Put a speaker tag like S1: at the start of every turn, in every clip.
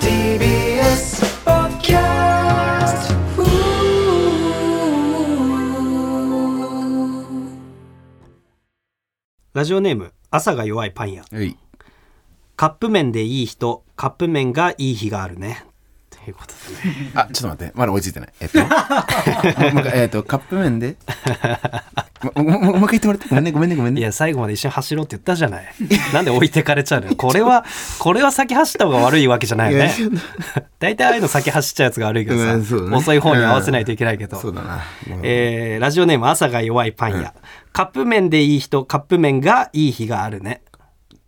S1: TBS ポッキャスト
S2: ラジオネーム朝が弱いパン屋
S3: はい
S2: カップ麺でいい日とカップ麺がいい日があるねということでね
S3: あちょっと待ってまだ追いついてないえっと もうもう一回えっとカップ麺でももももう一回言ってもらってごめんねごめんねごめん
S2: い
S3: ね
S2: や最後まで一緒に走ろうって言ったじゃない なんで置いてかれちゃうのよこれはこれは先走った方が悪いわけじゃないよね
S3: いや
S2: 大体ああいうの先走っちゃうやつが悪いけどさ、
S3: うんそうだね
S2: 遅い方に合わせないといけないけど、
S3: そうだな
S2: えーラジオネーム朝が弱いパン屋、カップ麺でいい日とカップ麺がいい日があるね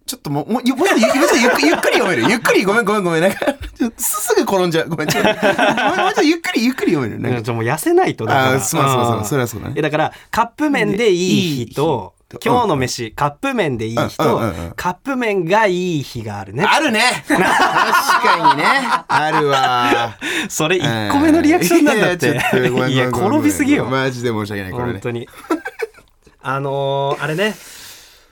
S3: ちょっともう、もう、ゆもうちょっとゆゆっくりゆっくりゆっくり読める。ゆっくり、ごめんごめんごめん。なんか、ちょっとすすぐ転んじゃう。ごめん、ちょっと。もうもうちょっとゆっくりゆっくり読める。
S2: い
S3: な
S2: や
S3: んか、
S2: ちょもう痩せないとだから
S3: あーすまんすまんすまん
S2: う
S3: それはそうだね
S2: えだからカップ麺でいい日と
S3: いい日
S2: 今日の飯カップ麺でいい日
S3: う
S2: と
S3: んうんうん
S2: カップ麺がいい日があるね
S3: あるね確かにね。あるわ。
S2: それ1個目のリアクションなんだって
S3: いやちょっとごめんごめん
S2: いや
S3: ごめん
S2: 転びすぎよ
S3: マジで申し訳ない、これ
S2: 本
S3: ね。
S2: 当にあのーあれね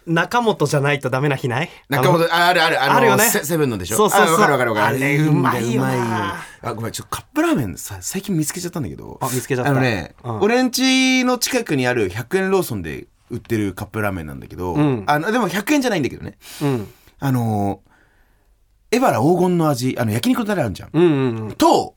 S2: 中本じゃないとダメな日ない
S3: 中本、ああるある、あの
S2: あるよね
S3: セセブンのでしょ
S2: そうそうそう
S3: あわかるわかるわかる。
S2: あれうまいよな
S3: あれうまいよあ、ごめん、ちょっとカップラーメンさ、最近見つけちゃったんだけど。
S2: あ見つけちゃった
S3: あのね、
S2: うん
S3: 俺んちの近くにある100円ローソンで売ってるカップラーメンなんだけど、
S2: ん
S3: あの、でも100円じゃないんだけどね。
S2: あのうん
S3: あのー、エバラ黄金の味、あの、焼肉のタレあるじゃん。
S2: うんうん
S3: と、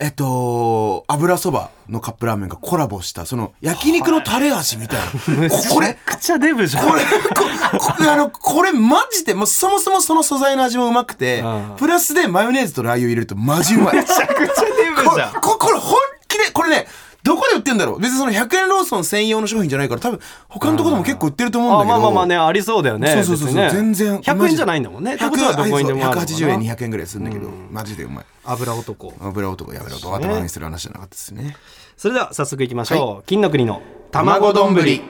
S3: えっと、油そばのカップラーメンがコラボした、その、焼肉のタレ味みたい
S2: うん
S3: な。ここれ
S2: めちゃくちゃデブじゃん
S3: これ、ここあの、これマジで、もうそもそもその素材の味もうまくて
S2: うん、
S3: プラスでマヨネーズとラー油入れるとマジう まい。めちゃくちゃ
S2: デブじゃん
S3: ここれ本気で、これね、どこで売ってんだろう別にその100円ローソン専用の商品じゃないから、多分他のとこでも結構売ってると思うんだ
S2: あ
S3: けど。
S2: まあまあまあねありそうだよね
S3: そうそうそうそ
S2: 別
S3: う、
S2: にね
S3: 全然
S2: 100円じゃないんだもんねってことはどこにでもあるのかな
S3: 180円200円ぐらいするんだけど、マジでうまい
S2: 油男
S3: 油男やめろと頭にする話じゃなかったですね
S2: それでは早速いきましょう、金の国の卵丼
S3: 卵丼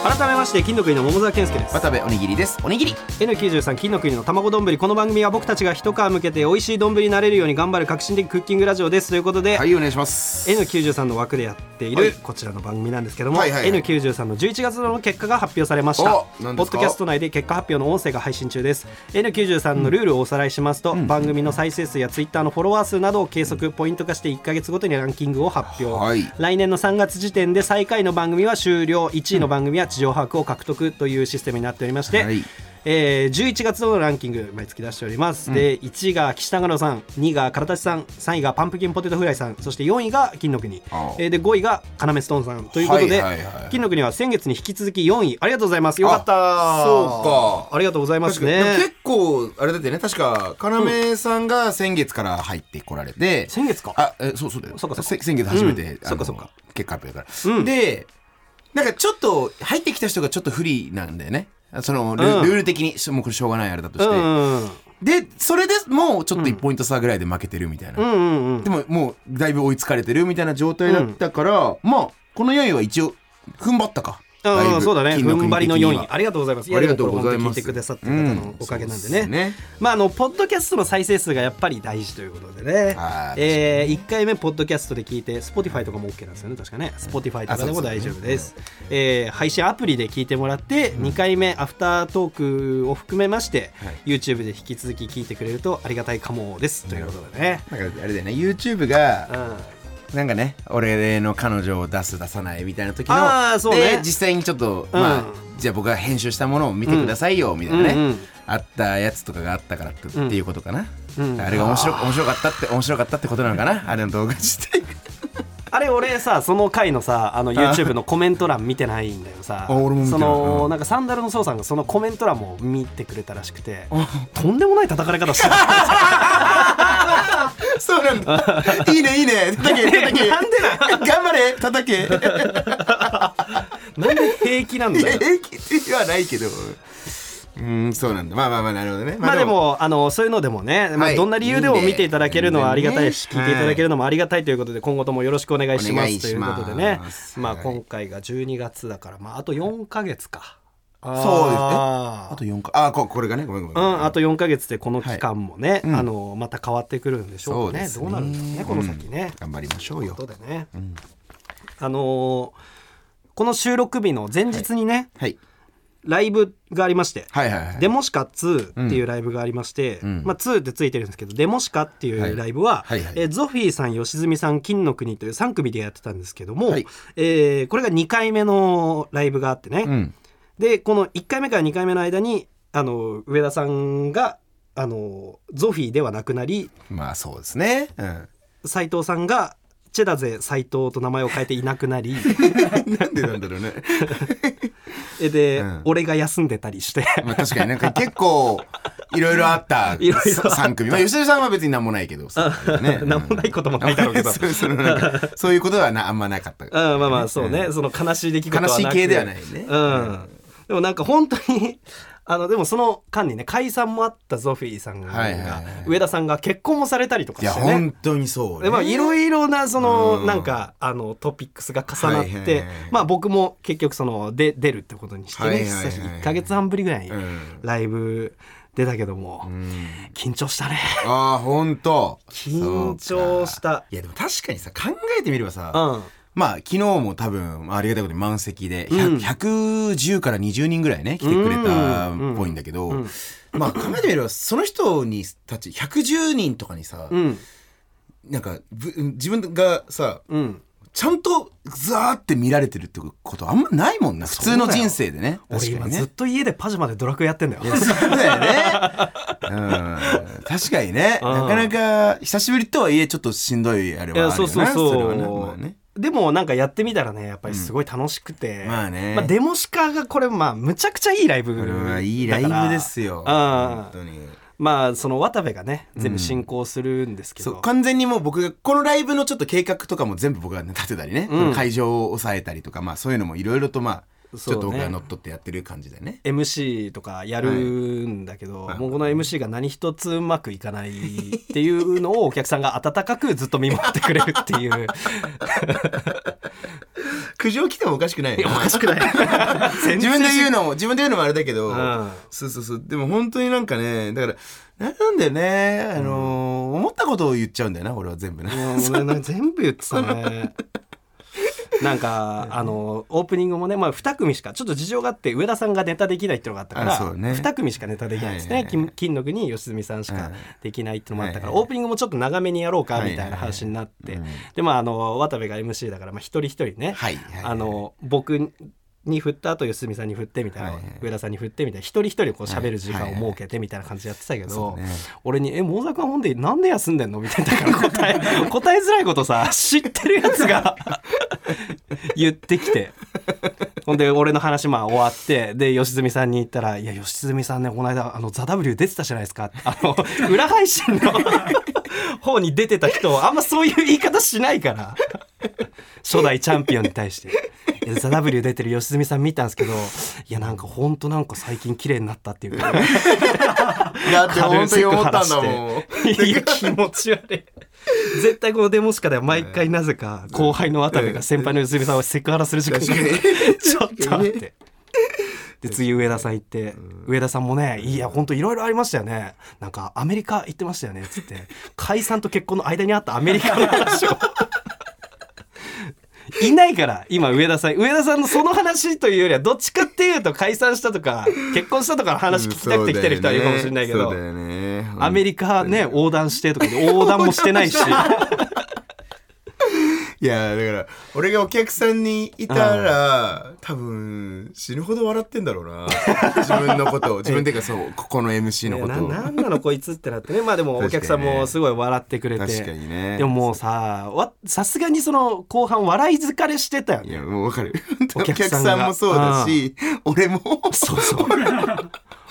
S2: 改めまして金の国の桃沢健介です
S3: 渡部おにぎりですおにぎり
S2: N93 金の国の卵丼この番組は僕たちが一皮向けて美味しい丼になれるように頑張る革新的クッキングラジオですということで、
S3: はいお願いします
S2: N93 の枠でやってい
S3: はい
S2: るこちらの番組なんですけども、
S3: はいはいはい
S2: N93 の11月の結果が発表されました
S3: お何
S2: ポッ
S3: ですか
S2: ドキャスト内で結果発表の音声が配信中です N93 のルールをおさらいしますと、番組の再生数やツイッターのフォロワー数などを計測ポイント化して1か月ごとにランキングを発表、
S3: はい
S2: 来年の3月時点で最下位の番組は終了1位の番組は地上把握を獲得というシステムになっておりまして、
S3: はい
S2: えー、11月のランキング毎月出しております、で1位が岸田郎さん2位が唐立さん3位がパンプキンポテトフライさんそして4位が金の国、
S3: ああ
S2: えー、で5位が要ストーンさんということで、
S3: はいはいはい
S2: 金の国は先月に引き続き4位ありがとうございますよかった
S3: あそうか
S2: ありがとうございます
S3: 確かにでも
S2: ね
S3: 結構あれだってね確か要さんが先月から入ってこられて、
S2: 先月か
S3: あえそうそうだよ
S2: そっかそっか
S3: せ先月初めて、
S2: うん
S3: あの
S2: そっかそっか
S3: 結果発表だから、
S2: うん
S3: でなんかちょっと入ってきた人がちょっと不利なんだよねそのル,、
S2: うん
S3: ルール的にしもうこれしょうがないあれだとし
S2: う
S3: て、
S2: んうん
S3: でそれでもうちょっと1ポイント差ぐらいで負けてるみたいな、
S2: うんうんうん
S3: でももうだいぶ追いつかれてるみたいな状態だったから、まあこの4位は一応踏ん張ったかだい
S2: あ
S3: ぶ
S2: あそうだね
S3: 金の
S2: 踏ん
S3: 国
S2: 張り
S3: 的
S2: の
S3: には
S2: 4位ありがとうございますや
S3: ありがとうござい
S2: でもこれ本当
S3: ます
S2: 聞いてくださってる方のおかげなんでね,、
S3: うんそうですね
S2: まああのポッドキャストの再生数がやっぱり大事ということでね
S3: あー
S2: えー、1回目ポッドキャストで聞いて Spotify とかも OK なんですよね確かね Spotify とかでも大丈夫です、えー配信アプリで聞いてもらって、2回目アフタートークを含めまして、
S3: はい
S2: YouTube で引き続き聞いてくれるとありがたいかもですということでね、
S3: なんかあれだよね YouTube が
S2: うん、
S3: なんかね俺の彼女を出す出さないみたいな時の
S2: あーそうね
S3: で実際にちょっと、まあじゃあ僕が編集したものを見てくださいよみたいなね、
S2: うんうん
S3: あったやつとかがあったからって,、
S2: ん
S3: っていうことかな、
S2: うん
S3: あれが面白面白かったって面白かったってことなのかなあれの動画自体が
S2: あれ俺さその回のさあの YouTube のコメント欄見てないんだよさ
S3: あ俺も見てない
S2: その、
S3: うん
S2: なんかサンダルのソウさんがそのコメント欄も見てくれたらしくてとんでもない叩かれ方してた
S3: そうなん だいいねいいね叩け叩け
S2: なんで
S3: 頑張れ叩け
S2: なんで平気 なんだよ
S3: 平気ではないけどうんそうなんだまあまあまあなるほどね
S2: まあでもあのそういうのでもね、ま
S3: は
S2: あ、
S3: い
S2: どんな理由でも見ていただけるのはありがたいし、
S3: いいね
S2: 聞いていただけるのもありがたいということで今後ともよろしくお願いしま
S3: お願
S2: す
S3: い
S2: と
S3: し
S2: いうこ
S3: ます
S2: とでね
S3: はい
S2: まあ今回が12月だから、まあ、あと4か月か
S3: そうですね
S2: あ
S3: あ
S2: ー
S3: と4回あここれがねごめんごめん
S2: う
S3: ごめん、
S2: ん、あと4か月でこの期間もね、
S3: うん
S2: あのまた変わってくるんでしょうかねどうなるんだろうねこの先ね
S3: うん。頑張りましょう
S2: という
S3: よ
S2: ことでね、
S3: ん
S2: あのーこの収録日の前日にね、
S3: はい
S2: ライブがありまして「
S3: はいはいはい
S2: デモシカ2」っていうライブがありまして「
S3: うん
S2: まあ、2」ってついてるんですけど「デモシカ」っていうライブは、
S3: はいはいはい
S2: えーゾフィーさん良純さん金の国という3組でやってたんですけども、
S3: はい
S2: えーこれが2回目のライブがあってね、
S3: うん
S2: でこの1回目から2回目の間にあの上田さんがあのゾフィーではなくなり
S3: まあそうですね、うん、
S2: 斉藤さんが「チェダゼ斉藤」と名前を変えていなく なり
S3: なんでなんだろうね
S2: えで、
S3: うん
S2: 俺が休んでたりして
S3: まあ確かになんか結構いろいろあった
S2: いろいろあった
S3: 3組まあ吉田さんは別に何もないけどさ ね
S2: 何もないこともないだろうけ ど
S3: そうそうな んかそういうことはなあんまなかった
S2: あまあまあそうね、その悲しい出来事はなく
S3: 悲しい系ではないね
S2: うん、でもなんか本当に あのでもその間にね解散もあったゾフィーさんが、
S3: はいはいはい
S2: 上田さんが結婚もされたりとか
S3: い
S2: し
S3: や
S2: てね
S3: 本当にそう
S2: でまあいろいろなその
S3: うん
S2: なんかあのトピックスが重なっ
S3: はいはい
S2: て
S3: はい
S2: まあ僕も結局そので出るってことにして
S3: はい
S2: ね
S3: はいは
S2: 久
S3: い
S2: しぶり1か月半ぶりぐらいに
S3: うん
S2: ライブ出たけども
S3: うん
S2: 緊張したね
S3: ああ本当
S2: 緊張
S3: そう
S2: し
S3: か
S2: た
S3: いやでも確かにさ考えてみればさ、
S2: うん
S3: まあ昨日も多分ありがたいことに満席で、
S2: うん
S3: 100 110から20人ぐらいね来てくれた
S2: うん
S3: っぽいんだけど、
S2: うん
S3: まあ考えてみればその人にたち110人とかにさ、
S2: うん
S3: なんかぶ自分がさ
S2: うん
S3: ちゃんとザーって見られてるってことあんまないもんな普
S2: そうだ
S3: 通
S2: よ
S3: の人生でね
S2: 俺
S3: 確か
S2: 今
S3: に
S2: ずっ
S3: ね
S2: と家でパジャマでドラクエやってんだよ
S3: いやそうだよね、うん、確かにね
S2: うん
S3: なかなか久しぶりとはいえちょっとしんどいあれはあるよ
S2: い
S3: な
S2: やそうそうそう
S3: れはなまあね
S2: でもなんかやってみたらねやっぱりすごい楽しくて、
S3: まあね
S2: まあ、デモシカがこれまあむちゃくちゃいいライブ
S3: これはいいライブですよ
S2: あ
S3: 本当に
S2: まあその渡部がね全部進行するんですけど、
S3: そう完全にもう僕がこのライブのちょっと計画とかも全部僕が立てたりね、
S2: うん
S3: 会場を抑えたりとかまあそういうのもいろいろとまあち
S2: そうね
S3: ょっと僕が乗っ取ってやってる感じでね
S2: MC とかやるんだけど、
S3: い
S2: もうこの MC が何一つうまくいかないっていうのをお客さんが温かくずっと見守ってくれるって いう
S3: 苦情来てもおかしくないね
S2: おかしくない
S3: 自分で言う
S2: の
S3: のも自分で言うのもあれだけど、
S2: うん
S3: そうそうそうでも本当になんかねだからなんだよねあのー思ったことを言っちゃうんだよな俺は全部な、
S2: 全部言ってたねなんか、あのオープニングもね、まあ、2組しかちょっと事情があって上田さんがネタできないっていうのがあったから、
S3: あそうね
S2: 2組しかネタできないんですね、
S3: はいはいはい
S2: 金金の国良純さんしかできないっていうのもあったから、
S3: はいはい
S2: オープニングもちょっと長めにやろうかみたいな話になって、でまああの渡部が MC だから、まあ、一人一人ね、
S3: はいはいはい
S2: あの僕に振った後良純さんに振ってみたいな、
S3: はいはい
S2: 上田さんに振ってみたいな一人一人こう喋る時間を設けてみたいな感じでやってたけど、
S3: そうね
S2: 俺に「え毛沢本でなんで休んでんの?」みたいな答え 答えづらいことさ知ってるやつが 言ってきてほんで俺の話まあ終わってで良純さんに言ったら「いや良純さんねこの間あのザ・ w 出てたじゃないですか」あの裏配信の 方に出てた人はあんまそういう言い方しないから初代チャンピオンに対して「いやザ・ w 出てる良純さん見たんですけどいやなんかほんとなんか最近綺麗になった」っていうか。
S3: だって本当に思ったんだも ん
S2: いや気持ち悪い絶対このデモシカでは毎回なぜか後輩の渡部が先輩の良純さんをセクハラする時間がちょっとあ ってで次上田さん行って上田さんもねいや本当いろいろありましたよねなんかアメリカ行ってましたよねっつって解散と結婚の間にあったアメリカの話 をいないから今上田さん上田さんのその話というよりはどっちかっていうと解散したとか結婚したとかの 話聞きたくて来てる人はいるかもしれないけど、
S3: そうだよねそうだよね
S2: アメリカね横断してとかで横断もしてないし
S3: いやだから俺がお客さんにいたら多分死ぬほど笑ってんだろう な自分のことを自分っていうかそうここの MC の
S2: ね
S3: こと
S2: な
S3: を
S2: なんなのこいつってなってねまあでもお客さん
S3: 確かに
S2: も
S3: ね
S2: すごい笑ってくれて
S3: 確かにね
S2: でももうさわさすがにその後半笑い疲れしてたよ
S3: い
S2: ね
S3: やもうわかる
S2: お
S3: お
S2: 客
S3: 客
S2: さんが
S3: さんもそうだし 俺も
S2: そうそう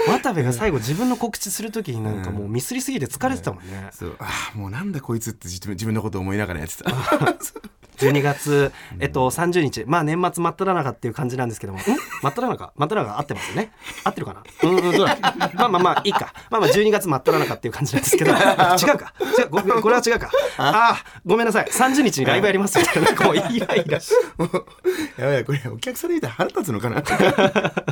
S2: 渡部が最後自分の告知する時になんかもうミスりすぎて疲れてたもんね
S3: そうあーもうなんだこいつって自分自分のこと思いながらや ってた
S2: 12月、えっと、30日、まあ年末真っ只中っていう感じなんですけども、ん真っ只中真っ只中合ってますよね合ってるかなうんうん、どうだっけ まあまあまあ、いいか。まあまあ、12月真っ只中っていう感じなんですけ ど、違うか違う、ごめんこれは違うか。ああ、ごめんなさい。30日にライブやりますみたいな、こう、イライラし
S3: やばいこれお客さんにいたら腹立つのかない確か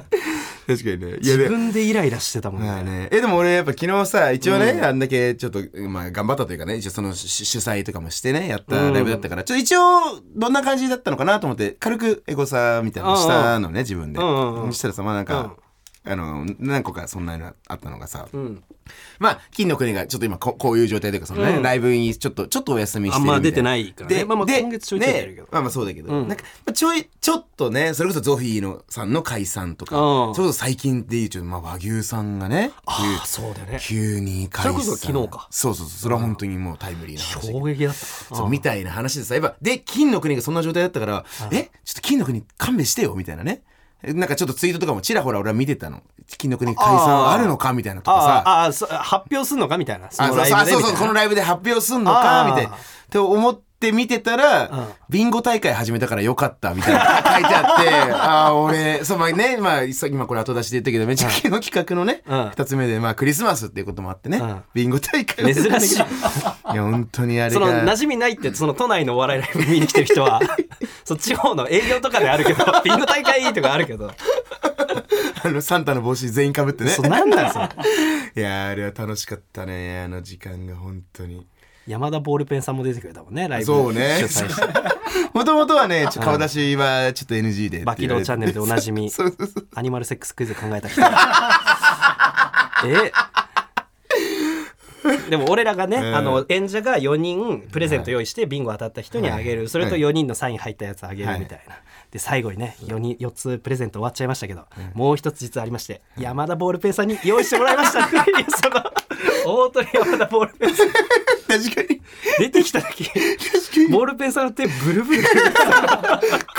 S3: にね。いや
S2: 自
S3: でも
S2: 分でイライラしてたもん
S3: まあ
S2: ね。
S3: ね、えでも俺やっぱ昨日さ一応ね、あんだけちょっと、まあ、頑張ったというかね一応その主主催とかもしてねやったライブだったから、ちょっと一応どんな感じだったのかなと思って軽くエゴサみたいなのしたのね自分で、
S2: うんうんうん
S3: そしたらさまあなんか、あの何個かそんなのあったのがさ、
S2: ん
S3: まあ金の国がちょっと今ここういう状態というかその、ね
S2: うん
S3: ライブにちょっとちょっとお休みして
S2: あん
S3: るみたいな
S2: ま出てないからね。
S3: で、
S2: まあまあ
S3: で
S2: 今月ちょいちょい出てるけ
S3: ね
S2: ど。
S3: まあまあそうだけど、
S2: うん
S3: なんか、まあちょい、ちょっとね、それこそゾフィーのさんの解散とか、
S2: うん
S3: それこそ最近で言うと、まあ和牛さんがね、
S2: ああ、そうだよね。
S3: 急急に解散。
S2: それこそ昨日か
S3: そうそうそう、それは本当にもうタイムリーな話だけど
S2: 衝撃だった。
S3: そうみたいな話でさやっぱで金の国がそんな状態だったからえちょっと金の国勘弁してよみたいなねなんかちょっとツイートとかもちらほら俺は見てたの金の国解散あるのかみたいなとかさ
S2: あーあーそ発表すんのかみたいな。そ
S3: あ
S2: の
S3: そう
S2: ライ
S3: そう
S2: ブ
S3: あ
S2: で
S3: そう
S2: みたい
S3: そ
S2: うな
S3: このライブで発表すんのか
S2: あー
S3: みたいなって思って見てたら、
S2: うん
S3: ビンゴ大会始めたからよかったみたい な書いてあってああ俺そうまあねまあさ今これ後出しで言ったけどめっちゃ昨日企画のね、
S2: う
S3: 二
S2: ん
S3: つ目でまあクリスマスっていうこともあってね、
S2: うん
S3: ビンゴ大会を
S2: 珍しい。
S3: いや本当にあれ
S2: そ
S3: が
S2: の馴染みないってその都内のお笑いライブ見 に来てる人 はそう地方の営業とかであるけどビンゴ大会とかあるけど、
S3: あのサンタの帽子全員かぶってね
S2: そうなんなんそれ
S3: いやーあれは楽しかったねあの時間が本当に
S2: 山田ボールペンさんも出てくれたもんねライブ
S3: そうね
S2: 主 催して
S3: もともとはねちょ顔出しはちょっと NG でって言われて
S2: バキドーチャンネルでおなじみ
S3: そうそうそう
S2: アニマルセックスクイズ考えた 人えでも俺らがね、
S3: ん
S2: あの演者が4人プレゼント用意してビンゴ当たった人にあげる、
S3: はい
S2: それと
S3: はい
S2: 4人のサイン入ったやつあげるみたいな、で最後にね 4, 人4つプレゼント終わっちゃいましたけど、もう一つ実はありまして、山田ボールペンさんに用意してもらいま したっていうその大鳥山田ボールペンさん
S3: 確かに
S2: 出てきた時ボールペンさんの手ブルブル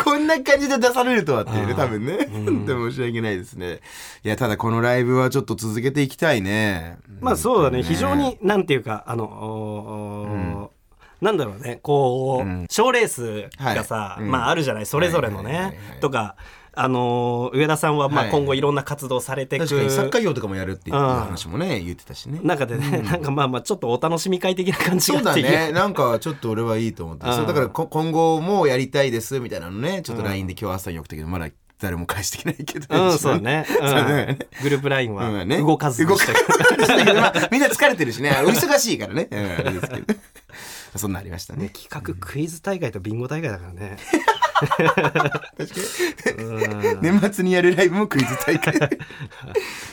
S3: こんな感じで出されるとはっていうね、多分ね。本当に申し訳ないですね。いや、ただこのライブはちょっと続けていきたいね。
S2: まあそうだね
S3: 本当
S2: 非常。になんていうかあのおーなんだろうねこう賞、レースがさ、
S3: はいうん
S2: まああるじゃないそれぞれのね、
S3: はいはいはいはい
S2: とかあのー上田さんはま
S3: は
S2: あ
S3: い
S2: 今後いろんな活動されていく、
S3: 確かにサッカー業とかもやるっていう話もね、言ってたしね。
S2: 中でね、なんかまあまあちょっとお楽しみ会的な感じ
S3: そう
S2: が
S3: だ
S2: っていう
S3: ね。なんかちょっと俺はいいと思って。
S2: うん
S3: そうだからこ今後もうやりたいですみたいなのね、ちょっと LINE で今日朝に送ったけど、まだ誰も返してきないけど。
S2: うん、そうだ。ね,、うん、
S3: うだね
S2: グループライン
S3: う
S2: は
S3: んね、
S2: 動かずにしたけど、
S3: まあみんな疲れて るしね、お忙しいからね。うん、あれですけど。 そんなんありましたね。
S2: 企画クイズ大会とビンゴ大会だからね
S3: 年末にやるライブもクイズ大 会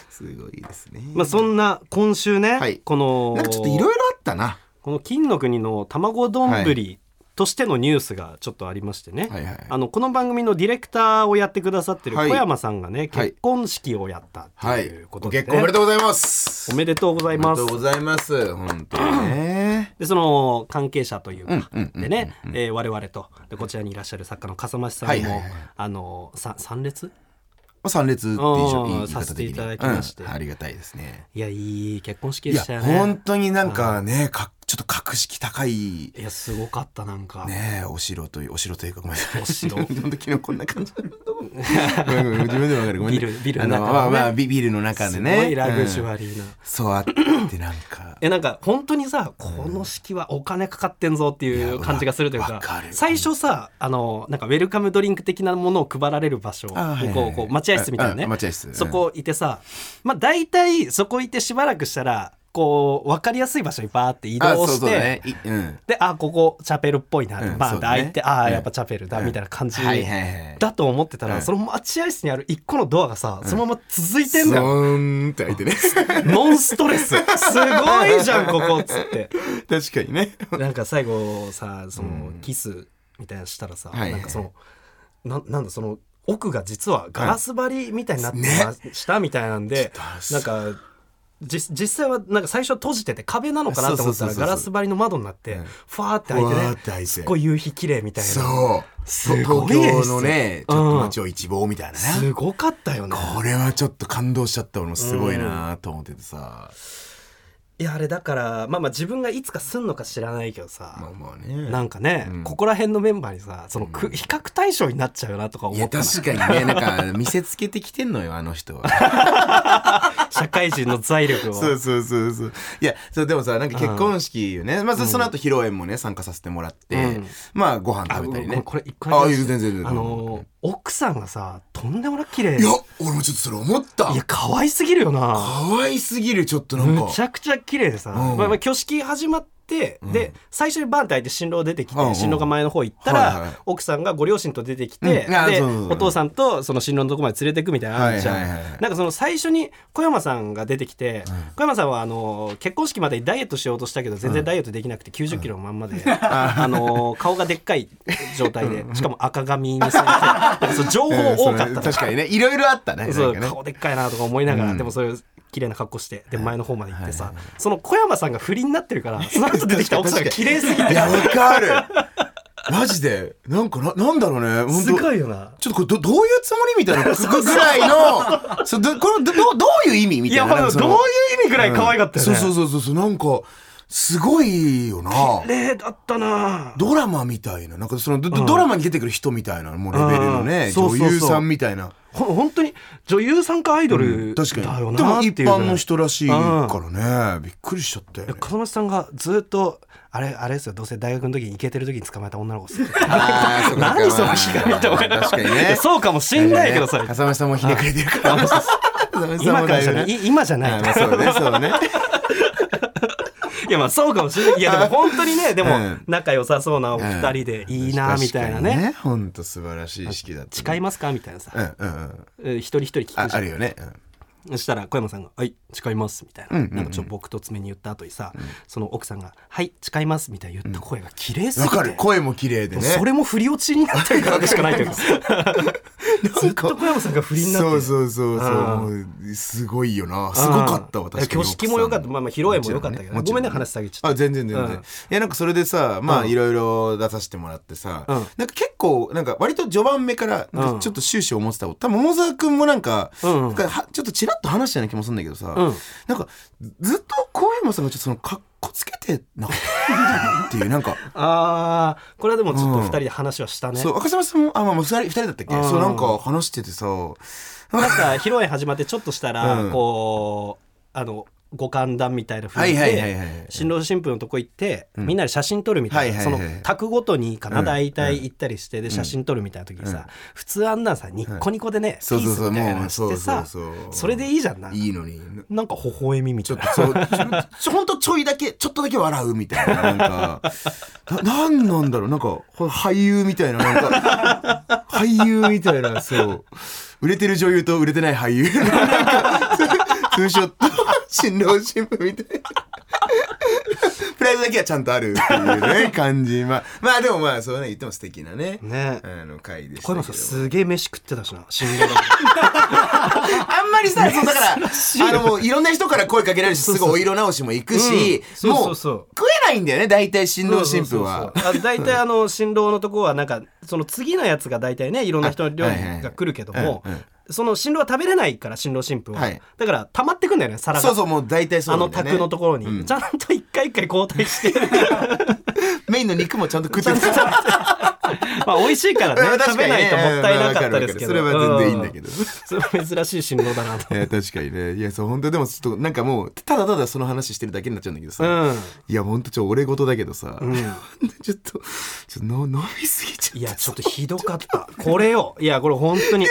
S3: すごいですね
S2: まあそんな今週ね、
S3: はい
S2: この
S3: なんかちょっといろいろあったな
S2: この金の国の卵
S3: は
S2: 丼としてのニュースがちょっとありましてね、
S3: はいはい
S2: あのこの番組のディレクターをやってくださってる
S3: は
S2: 小
S3: い
S2: 山さんがね、
S3: はい
S2: 結婚式をやった
S3: は
S2: と
S3: い
S2: いうこと
S3: ご
S2: で、
S3: 結婚おめでとうございます
S2: おめでとうございます
S3: おめでとうございます本当にね
S2: でその関係者というか、
S3: うんうんうんうん
S2: でね、えー我々とでこちらにいらっしゃる作家の笠間さんも、
S3: はいはいはい
S2: あのさ参列
S3: まあ参列っていう
S2: あー
S3: 言い
S2: させて
S3: 方的
S2: い
S3: に
S2: ただきまして
S3: うんありがたいですね
S2: いやいい結婚式
S3: い
S2: で
S3: や
S2: したよ
S3: 本
S2: ね
S3: 当になんかねかちょっと格式高い
S2: いやすごかったなんか、
S3: ねえお城というお城というかご めん なさい
S2: お城
S3: 本当昨日こんな感じだったごめんごめん自分でも分かるごめん
S2: ビ
S3: ね
S2: ルビル
S3: あ
S2: の
S3: の
S2: 中のね
S3: まあまあビビルの中ですね
S2: ごいラグジュ
S3: うん
S2: アリーな、
S3: そうあってなんか
S2: えなんか本当にさこの式はお金かかってんぞっていう感じがするという
S3: いや
S2: か
S3: わかる
S2: 最初さあのなんかウェルカムドリンク的なものを配られる場所こ
S3: あーはいう
S2: こ
S3: は
S2: う
S3: い
S2: こう待合室みたいな
S3: う
S2: ね
S3: ん待合室
S2: そこいてさまあ大体そこいてしばらくしたらこう分かりやすい場所にバーって移
S3: あ
S2: 動して。
S3: そうそうねいうん
S2: であここチャペルっぽいな、
S3: うん
S2: バーン
S3: そ
S2: って
S3: うだね
S2: 開いて、ああ
S3: うん
S2: やっぱチャペルだ、
S3: うん
S2: みたいな感じ
S3: はいはいはい
S2: だと思ってたら、
S3: うん
S2: その待合室にある一個のドアがさ、そのまま続いてんだ よ
S3: ーンって開いて ね
S2: ノンストレスすごいじゃんここっつって
S3: 確かにね
S2: なんか最後さそのキスみたいなのしたらさ、
S3: はいはい
S2: なんかそのななんだその奥が実はガラス張りみたいになって
S3: は
S2: ま
S3: いね
S2: したみたいなんで、
S3: ちょ
S2: なん
S3: っと
S2: かじ実際はなんか最初閉じてて壁なのかなと思った
S3: そうそうそう
S2: ら
S3: そう
S2: ガラス張りの窓になって
S3: うん
S2: ふわーって開いて
S3: ふわー
S2: ね
S3: って開いて
S2: すっごい夕日綺麗みたいな
S3: そう
S2: すごい
S3: 東京のね
S2: 演出
S3: ちょっ
S2: う
S3: と
S2: ん
S3: 街を一望みたいなね
S2: すごかったよね
S3: これはちょっと感動しちゃった俺もすごいなと思っててさ
S2: いやあれだからまあまあ自分がいつかすんのか知らないけどさ、
S3: まあまあね
S2: なんかね、
S3: うん
S2: ここら辺のメンバーにさそのく、比較対象になっちゃうなとか
S3: い
S2: 思
S3: や
S2: ったな
S3: 確かにねなんか見せつけてきてんのよあ の人は
S2: 社会人の財力 を
S3: そうそうそうそういやそうでもさなんか結婚式よねまずその後披露宴もね参加させてもらって
S2: うん
S3: まあご飯
S2: あ
S3: 食べたり
S2: ごめん
S3: ね
S2: これ一個
S3: あ
S2: だけ
S3: いいよ全然全然
S2: あのー奥さんがさとんでもなく綺麗
S3: いや俺もちょっとそれ思った
S2: いや可愛すぎるよな
S3: 可愛すぎるちょっとなんか
S2: むちゃくちゃ綺麗でさ、
S3: うん
S2: まあ、まあ挙式始まって、で最初にバンって開いて新郎出てきて、
S3: うんうん
S2: 新郎が前の方行ったら、
S3: はいはい
S2: 奥さんがご両親と出てきて、
S3: うんあ
S2: で
S3: そうそうそう
S2: お父さんとその新郎のとこまで連れてくみたいなのあるじゃん、
S3: はいはいはい
S2: なんかその最初に小山さんが出てきて、小山さんはあの結婚式までにダイエットしようとしたけど全然ダイエットできなくて9 0キロのまんまで、 あの顔がでっかい状態でしかも赤髪に されてなんかその情報多かった
S3: うん
S2: の
S3: それ確かにねいろいろあったね
S2: そ
S3: なん
S2: う
S3: かね
S2: 顔でっかいなとか思いながら、
S3: うん
S2: でもそういう綺麗な格好してで前の方まで行ってさ、その小山さんが不倫になってる からその後出てきた奥さんが綺麗すぎて
S3: いやわかるマジでなんかななんだろうね本
S2: す
S3: 当
S2: ごいよな。
S3: ちょっとこれどどういうつもりみたいなぐぐらいのそうどこのどどうどういう意味み
S2: い
S3: たい
S2: や
S3: な
S2: ま
S3: なん
S2: あ
S3: かそ
S2: どう
S3: の
S2: いう意味ぐらい可愛かったよね。
S3: うんそうそうそうそうなんかすごいよな
S2: ねだったな。
S3: ドラマみたいななんかそのド,、
S2: うん
S3: ドラマに出てくる人みたいなもうレベルの
S2: うん
S3: ね
S2: そうそうそ
S3: 女
S2: う
S3: 優さんみたいな
S2: ほ本当に女優さんかアイドルだ
S3: 確か
S2: よ
S3: にで
S2: な
S3: も
S2: ってい
S3: 一
S2: うぐらい。
S3: 般の人らしいからねびっくりしちゃ ったよね
S2: 風間さんがずっとあれあれですよどうせ大学の時にイケてる時に捕まえた女の子っす よ
S3: あーそうか
S2: 何その光とか
S3: 確かに
S2: いや
S3: ね
S2: そうかもしんないけどさ
S3: 浅間さんもひねくれてるから浅間さんも
S2: 今からじゃ
S3: だ
S2: ないい
S3: ぶね
S2: い今じゃない
S3: あまあそうねそうね
S2: いやまあそうかもしれない。いやでも本当にね、でも
S3: うん
S2: 仲良さそうなお二人でいいなみたいなね。
S3: 本当素晴らしい式だった
S2: 誓いますかみたいなさ
S3: う、んうんうん
S2: えー一人一人聞
S3: あ
S2: くじゃ
S3: あ
S2: ん
S3: るよね
S2: そしたら小山さんが「はい誓います」みたいな、
S3: うんうんうん
S2: なんかちょっと僕と爪に言った後にさ、その奥さんが「はい誓います」みたいな言った声が綺麗す
S3: うん
S2: ぎ
S3: わ
S2: て、
S3: かる声も綺麗でね
S2: それも振り落ちになってるからでしかないというか ずっと小山さんが振りになって
S3: そ
S2: る
S3: うそうそうそう
S2: あ
S3: もうすごいよなすごかったわ
S2: うん
S3: 確かに
S2: 挙式も良かったまあまあ披露宴も良かったけど
S3: もち
S2: ご
S3: ろ
S2: めんね話遮っちゃった
S3: あ全然全然、
S2: うん
S3: いやなんかそれでさま
S2: う
S3: あ
S2: ん
S3: いろいろ出させてもらってさ、
S2: うん
S3: なんか結構なんか割と序盤目からなん
S2: うん
S3: かちょっと終始思ってたこと多分桃沢君もなんか,、
S2: うん
S3: なんかはちょっとちらっと話したような気もするんだけどさ、
S2: うん
S3: なんかずっと小山さんがちょっとそのかっこつけてなかったっていうなんか
S2: あーこれはでもちょっと二人で話はしたね、
S3: そう赤島さんもあまあまあ二人二人だったっけ
S2: うん
S3: そうなんか話しててさ
S2: なんか披露宴始まってちょっとしたら、
S3: うん
S2: こうあの五感談みたいな雰囲気
S3: はいはいはいはい
S2: で新郎新婦のとこ行って、みんなで写真撮るみたいな、
S3: はいはいはい
S2: その卓ごとにかな、
S3: うん
S2: 大体行ったりしてで写真撮るみたいな時にさ、普通あんなんさニッコニコでね、ピ
S3: そうそ
S2: ー
S3: う
S2: ス
S3: そう
S2: みたいな
S3: も
S2: の
S3: う
S2: し
S3: そ
S2: て
S3: うそう
S2: さ
S3: そう
S2: それでいいじゃんない
S3: いのに
S2: なんか微笑みみたいな
S3: そうちょほんとちょいだけちょっとだけ笑うみたいななんかななんなんだろうなんかほ俳優みたいななんか俳優みたいなそう売れてる女優と売れてない俳優なんかツーショット新郎新婦みたいなプライドだけはちゃんとあるっていうね感じまあまあでもまあそうね言っても素敵なね
S2: ね
S3: あの回でした
S2: 小
S3: けど
S2: 山さんすげえ飯食ってたしな新郎が
S3: あんまりさ、そう だから、あのもういろんな人から声かけられるし、す
S2: そう
S3: ぐお色直しも行くし、
S2: うんそうそ
S3: も
S2: う
S3: う
S2: そう
S3: 食えないんだよね、大体新郎新婦は。
S2: そうそうそうあ大体あの新郎のとこはなんかその次のやつが大体ねいろんな人の料理が来るけど
S3: はいはい
S2: も
S3: はいうんうん
S2: その新郎は食べれないから新郎新婦は、
S3: はい
S2: だから溜まってくんだよね皿が
S3: そうそう、もう大体そ
S2: あ
S3: うな
S2: の
S3: んだよね。
S2: 卓のところに、
S3: うん
S2: ちゃんと一回一回交代して
S3: メインの肉もちゃんと食ってる。
S2: まあ美味しいからね
S3: うん
S2: 食べないともったいなかったですけど、
S3: うんわかるわかるそれは全然いいんだけど。
S2: うんそれは珍しい新郎だなと
S3: いや確かにねいやそう本当でもちょっとなんかもうただただその話してるだけになっちゃうんだけど
S2: う
S3: さ、
S2: ん、
S3: いやほんとちょ俺事だけどさ、
S2: うん、
S3: ちょっとちょっとの飲みすぎちゃった
S2: いやちょっとひどかったこれよいやこれ本当に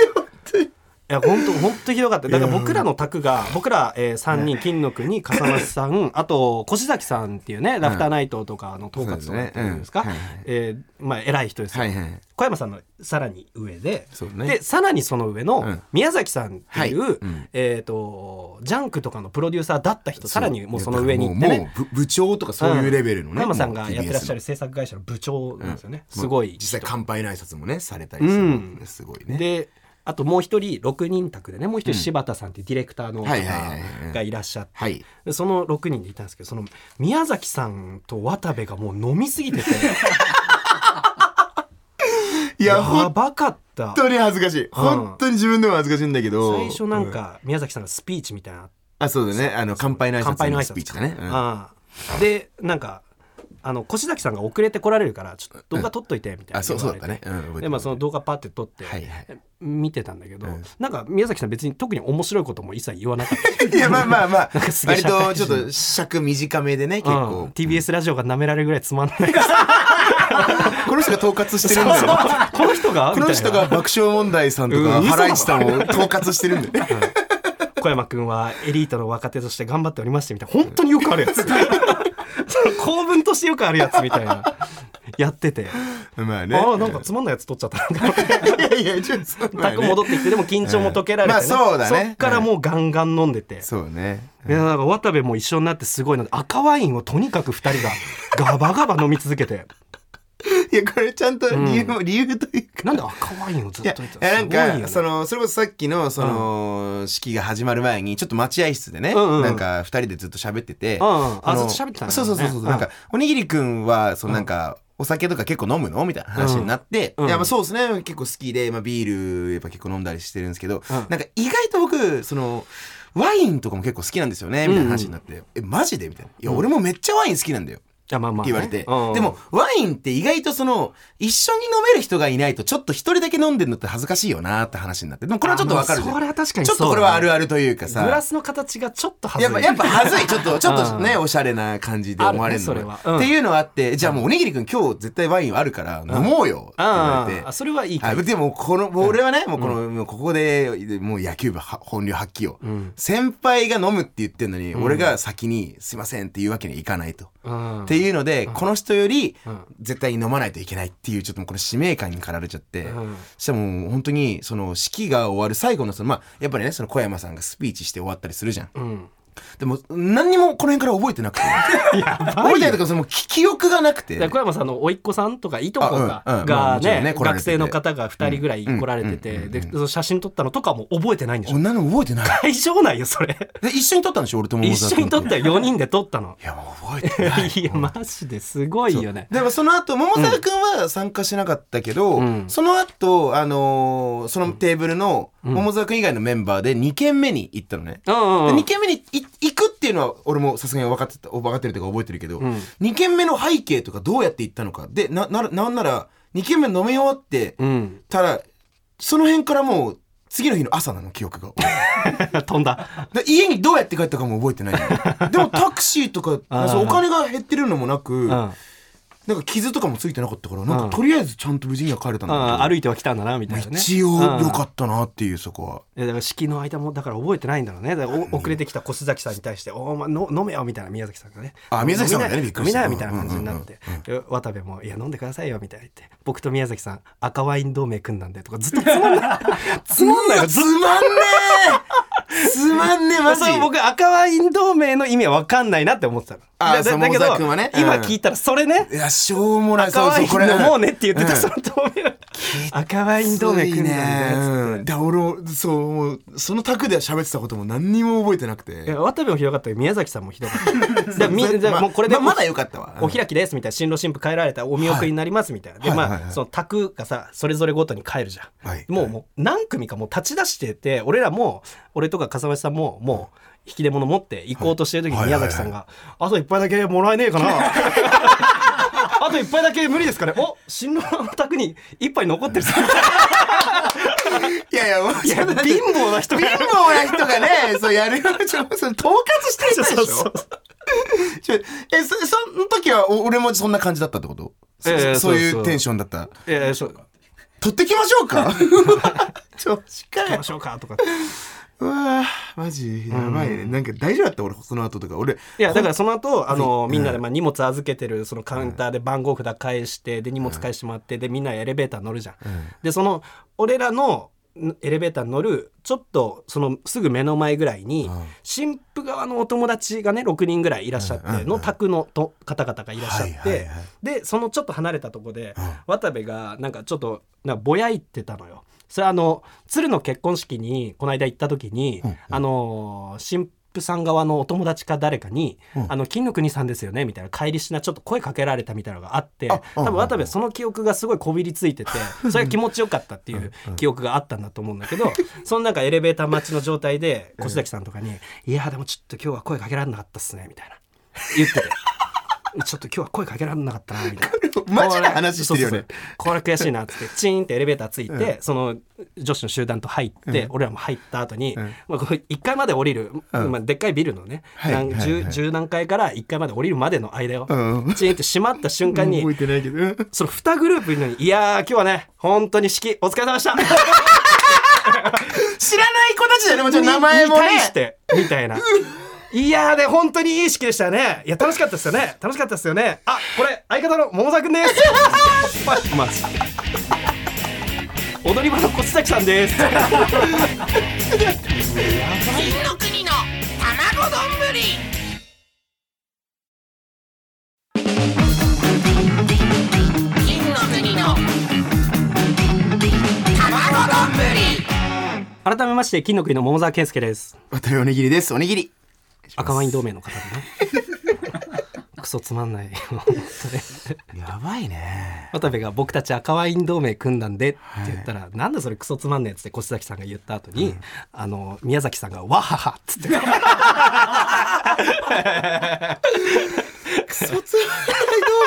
S2: いや本当本当ひどかっただから僕らの卓が僕ら、えー、3人金の国笠松さ んあと越崎さんっていうねラフターナイトとかの統括とかやってるんですか
S3: そうですねうんはい
S2: えーまあ偉い人ですよ、
S3: はいはい
S2: 小山さんのさらに上で、
S3: そうね
S2: でさらにその上の
S3: うん
S2: 宮崎さんっていう、
S3: はいうん
S2: えっ、とジャンクとかのプロデューサーだった人さらにもうその上に行って
S3: も
S2: ね
S3: うもう部部長とかそういうレベルのね、
S2: 小山さんがやってらっしゃ
S3: る
S2: る制作会社の部長なんですよね、
S3: うん
S2: すごい
S3: 実際乾杯の挨拶もねされたりするんですごいね
S2: であともう一人6人宅でねもう一人柴田さんっていうディレクターの
S3: はいはいはいは
S2: 方
S3: い
S2: がいらっしゃって、
S3: はい
S2: でその6人でいたんですけどその宮崎さんと渡部がもう飲みすぎてて
S3: いや
S2: や
S3: 本
S2: ばかった
S3: 当に恥ずかしい本当に自分でも恥ずかしいんだけど
S2: 最初なんか宮崎さんがスピーチみたいな
S3: あそうだねあの乾杯の挨
S2: 乾杯
S3: 拶
S2: の挨
S3: の
S2: 拶
S3: スピーチだねうん
S2: ああでなんかあの越崎さんが遅れて来られるからちょっと動画撮っといてみたいな、
S3: あそうそうだったね
S2: 言われて
S3: うん覚えてる
S2: でまあその動画パッて撮って、
S3: はいはい
S2: 見てたんだけど、
S3: うん
S2: なんか宮崎さん別に特に面白いことも一切言わなかった
S3: いやまあまあまあ
S2: なんかすげえ
S3: 割
S2: 社会人
S3: とちょっと尺短めでね結
S2: うん
S3: 構
S2: TBS ラジオが舐められるぐらいつまんない
S3: この人が統括してる
S2: そ
S3: ん
S2: う
S3: だ
S2: そう
S3: よ。
S2: この人が
S3: この人が
S2: みたい
S3: 爆笑問題さんと
S2: う
S3: か
S2: ん嘘だ
S3: ハ
S2: ろ
S3: ライチさんを統括してるんだよ。
S2: な小山君はエリートの若手として頑張っておりましてみたいな本当によくあるや つその公文としてよくあるやつみたいなやってて、
S3: まあね。
S2: ああなんかつまんないやつ取っちゃった なみたいな
S3: いやいや、ちょっと。ま
S2: た
S3: あね
S2: く戻ってきてでも緊張も解けられて、
S3: まあそうだね
S2: そっからもうガンガン飲んでて、
S3: そうね。
S2: いやなんか渡部も一緒になってすごいので赤ワインをとにかく2人がガバガバ飲み続けて
S3: いや、これちゃんと理由も、理由というか。
S2: なんで赤ワインをず
S3: いや
S2: っといた
S3: いやなんか、
S2: ね
S3: そのそれこそさっきのその、式が始まる前にちょっと待合室でね、
S2: うんうん
S3: なんか二人でずっと喋ってて、
S2: うんうんあ
S3: の
S2: ずっと喋ってたんだね
S3: そうそうそうそう、
S2: うん
S3: なんかおにぎりくんはそのなんか、お酒とか結構飲むのみたいな話になって、
S2: うん
S3: いやまあそうですね結構好きで、まあ、ビールやっぱ結構飲んだりしてるんですけど、
S2: うん
S3: なんか意外と僕そのワインとかも結構好きなんですよねみたいな話になって「えマジで?」みたいな「いや俺もめっちゃワイン好きなんだよ」
S2: いやまあま
S3: っ
S2: あ
S3: て
S2: ね、
S3: 言われて、
S2: うん
S3: でもワインって意外とその一緒に飲める人がいないとちょっと一人だけ飲んでるのって恥ずかしいよなって話になってでもこれはちょっとわかるじ
S2: あま
S3: ゃ
S2: あそれは
S3: ん
S2: 確かに
S3: ちょ
S2: そう
S3: っとこれはあるあるというか
S2: グラ
S3: さ
S2: スの形がちょっと外
S3: や
S2: れ
S3: っ
S2: る
S3: ぱやっぱ恥ずいちょっとちょっとね
S2: う
S3: おしゃれな感じで思われるの
S2: あるねそれはうん
S3: っていうのはあってじゃあもうおにぎりくん今日絶対ワインあるから飲もうよって言わ
S2: あ
S3: れて
S2: ああそれはいいか
S3: あでもこのもう俺はね、もうこの、もうここでもう野球部は本領発揮を、
S2: ん
S3: 先輩が飲むって言ってんのに、俺が先に「すいません」って言うわけにはいかないと。
S2: うん
S3: っていうので、この人より
S2: ん
S3: 絶対に飲まないといけないっていうちょっともうこの使命感に駆られちゃって、
S2: うん
S3: そしたらもう本当にその式が終わる最後のそのまあやっぱりねその小山さんがスピーチして終わったりするじゃん
S2: うん
S3: でも何にもこの辺から覚えてな くて覚えてないとかそのもう記記憶がなくて
S2: で小山さんの甥っ子さんとかいとこか
S3: あうんうんま
S2: が
S3: あもちろんね
S2: ね
S3: 来られ
S2: 学
S3: てて
S2: 生の方が2人ぐらい来られて
S3: うん
S2: て
S3: うんうんうん
S2: でその写真撮ったのとかも覚えてないんでしょ
S3: 女の覚えてない
S2: 大丈夫なんよそれ
S3: で一緒に撮ったんでしょ俺と桃
S2: 一
S3: 沢
S2: 緒に撮っ
S3: 君
S2: た4人で撮ったの
S3: いやもう覚えて ない
S2: いやマジですごいよね
S3: でもその後桃沢君は参加しなかったけど、
S2: うん
S3: その後、あのーそのテーブルの桃沢君以外のメンバーで2軒目に行ったのね、
S2: うんうんうん
S3: で2軒目にい行くっていうのは俺もさすがに分かってた分かってるというか覚えてるけど、
S2: うん
S3: 2軒目の背景とかどうやって行ったのかでなななんなら2軒目飲み終わって
S2: うん
S3: たらその辺からもう次の日の朝なの記憶 が
S2: 飛んだ
S3: で家にどうやって帰ったかも覚えてな いでもタクシーとか
S2: あー
S3: そうお金が減ってるのもなく、
S2: うん
S3: な
S2: うんん
S3: か傷とかもついてなかったからなん
S2: うん
S3: かとりあえずちゃんと無事には帰れたんだけど、
S2: 歩いてはきたんだなみたいなね
S3: 一応良
S2: うん
S3: かったなっていうそこは。
S2: いやだから式の間もだから覚えてないんだろうねだからお遅れてきた小須崎さんに対して「おお、ま、の飲めよ」みたいな宮崎さんがね
S3: あ宮崎さんがね
S2: 飲みな
S3: びっくりした
S2: 飲みなよみたいな感じになって、で渡部も「いや飲んでくださいよ」みたいな言って僕と宮崎さん赤ワイン同盟組んだんでとかずっとつまんないつまんないよずっ
S3: つまんねえつまんねえマ
S2: と
S3: ジ
S2: そう僕赤ワイン同盟の意味は分かんないなって思ってたの
S3: あー
S2: だ
S3: そう
S2: だけど
S3: 桃沢君はねうん
S2: 今聞いたらそれね
S3: いや、しょうもない。
S2: 赤ワイン飲もうねって言ってたその同盟は赤ワイン同盟組んだんでつって
S3: ね。だ俺もそうもうその卓で喋ってたことも何にも覚えてなく
S2: い
S3: て
S2: や渡部もひどかったけど宮崎さんもひどかった だからみだからもうこれで
S3: ままだよかったわ
S2: お開きですみたいな新郎新婦帰られたらお見送りになりますみたいな、でまあ、
S3: はいはいはい
S2: その卓がさそれぞれごとに帰るじゃん、
S3: はい
S2: も
S3: は
S2: う
S3: い
S2: もう何組かもう立ち出してて俺らも俺とか笠間さんももう引き出物持って行こうとしてる時に
S3: はい
S2: 宮崎さんが「あと一杯だけもらえねえか な」あと一杯だけ無理ですかねお新郎の卓に一杯残ってるぞ
S3: い やいやもう
S2: いや貧乏な人
S3: 貧
S2: が
S3: 乏な人がねそうやるようじゃんその統括してるでしょ
S2: そうそう
S3: ちょえそその時はお俺もそんな感じだったってことそ,、
S2: ええ
S3: そうい
S2: そうそうう
S3: テンションだった
S2: えーそう
S3: 取ってきましょうか調子か
S2: 行き
S3: よ
S2: ましょうかとか
S3: うわーマジやばいね、なんか大丈夫だった俺その後とか俺
S2: いやだからその後あのみんなでまあ荷物預けてるそのカウンターで番号札返してで荷物返してもらってでみんなエレベーター乗るじゃん。でその俺らのんエレベーターに乗るちょっとそのすぐ目の前ぐらいに新婦側のお友達がね6人ぐらいいらっしゃっての宅のと方々がいらっしゃっ
S3: はいはい
S2: て
S3: はい
S2: でそのちょっと離れたとこで渡部がなんかちょっとなんかぼやいてたのよ。それあの鶴の結婚式にこの間行った時に、あの新婦さん側のお友達か誰かに「あの金の国さんですよね」みたいな帰りしなちょっと声かけられたみたいなのがあって多分渡部その記憶がすごいこびりついててそれが気持ちよかったっていう記憶があったんだと思うんだけどそのなんかエレベーター待ちの状態で越崎さんとかに「いやでもちょっと今日は声かけられなかったっすね」みたいな言ってて。ちょっと今日は声かけられなかったなみたいな
S3: マジな話してるよ
S2: そう
S3: ね
S2: そうそうこれ悔しいなっつってチーンってエレベーターついて、その女子の集団と入って、俺らも入った後に、
S3: ん
S2: まあ、こう1階まで降りる、まあ、でっかいビルのね、
S3: はい
S2: 何
S3: はいはい
S2: 十十何階から1階まで降りるまでの間よ、
S3: うんうん
S2: チーンって閉まった瞬間に
S3: 覚えてないけどうん
S2: その2グループいるのにいやー今日はね本当に式お疲れ様でした
S3: 知らない子たちだよねもちろん名前も
S2: に
S3: ね
S2: 対してみたいな。いやーで本当にいい式でしたよね。いや楽しかったですよね。楽しかったですよね。あこれ相方の桃沢くん です。まま踊り場の越崎さんです。
S4: 金の国の卵丼ぶり金の国の卵丼ぶり
S2: 改めまして金の国の桃沢健介です。
S3: 渡辺おにぎりですおにぎり
S2: 赤ワイン同盟の方でね。クソつまんない。 本当に
S3: やばいね
S2: 渡部が僕たち赤ワイン同盟組んだんでって言ったら、なんだそれクソつまんねえっつって越崎さんが言った後に、あの宮崎さんがわははっつって。
S3: クソつまんない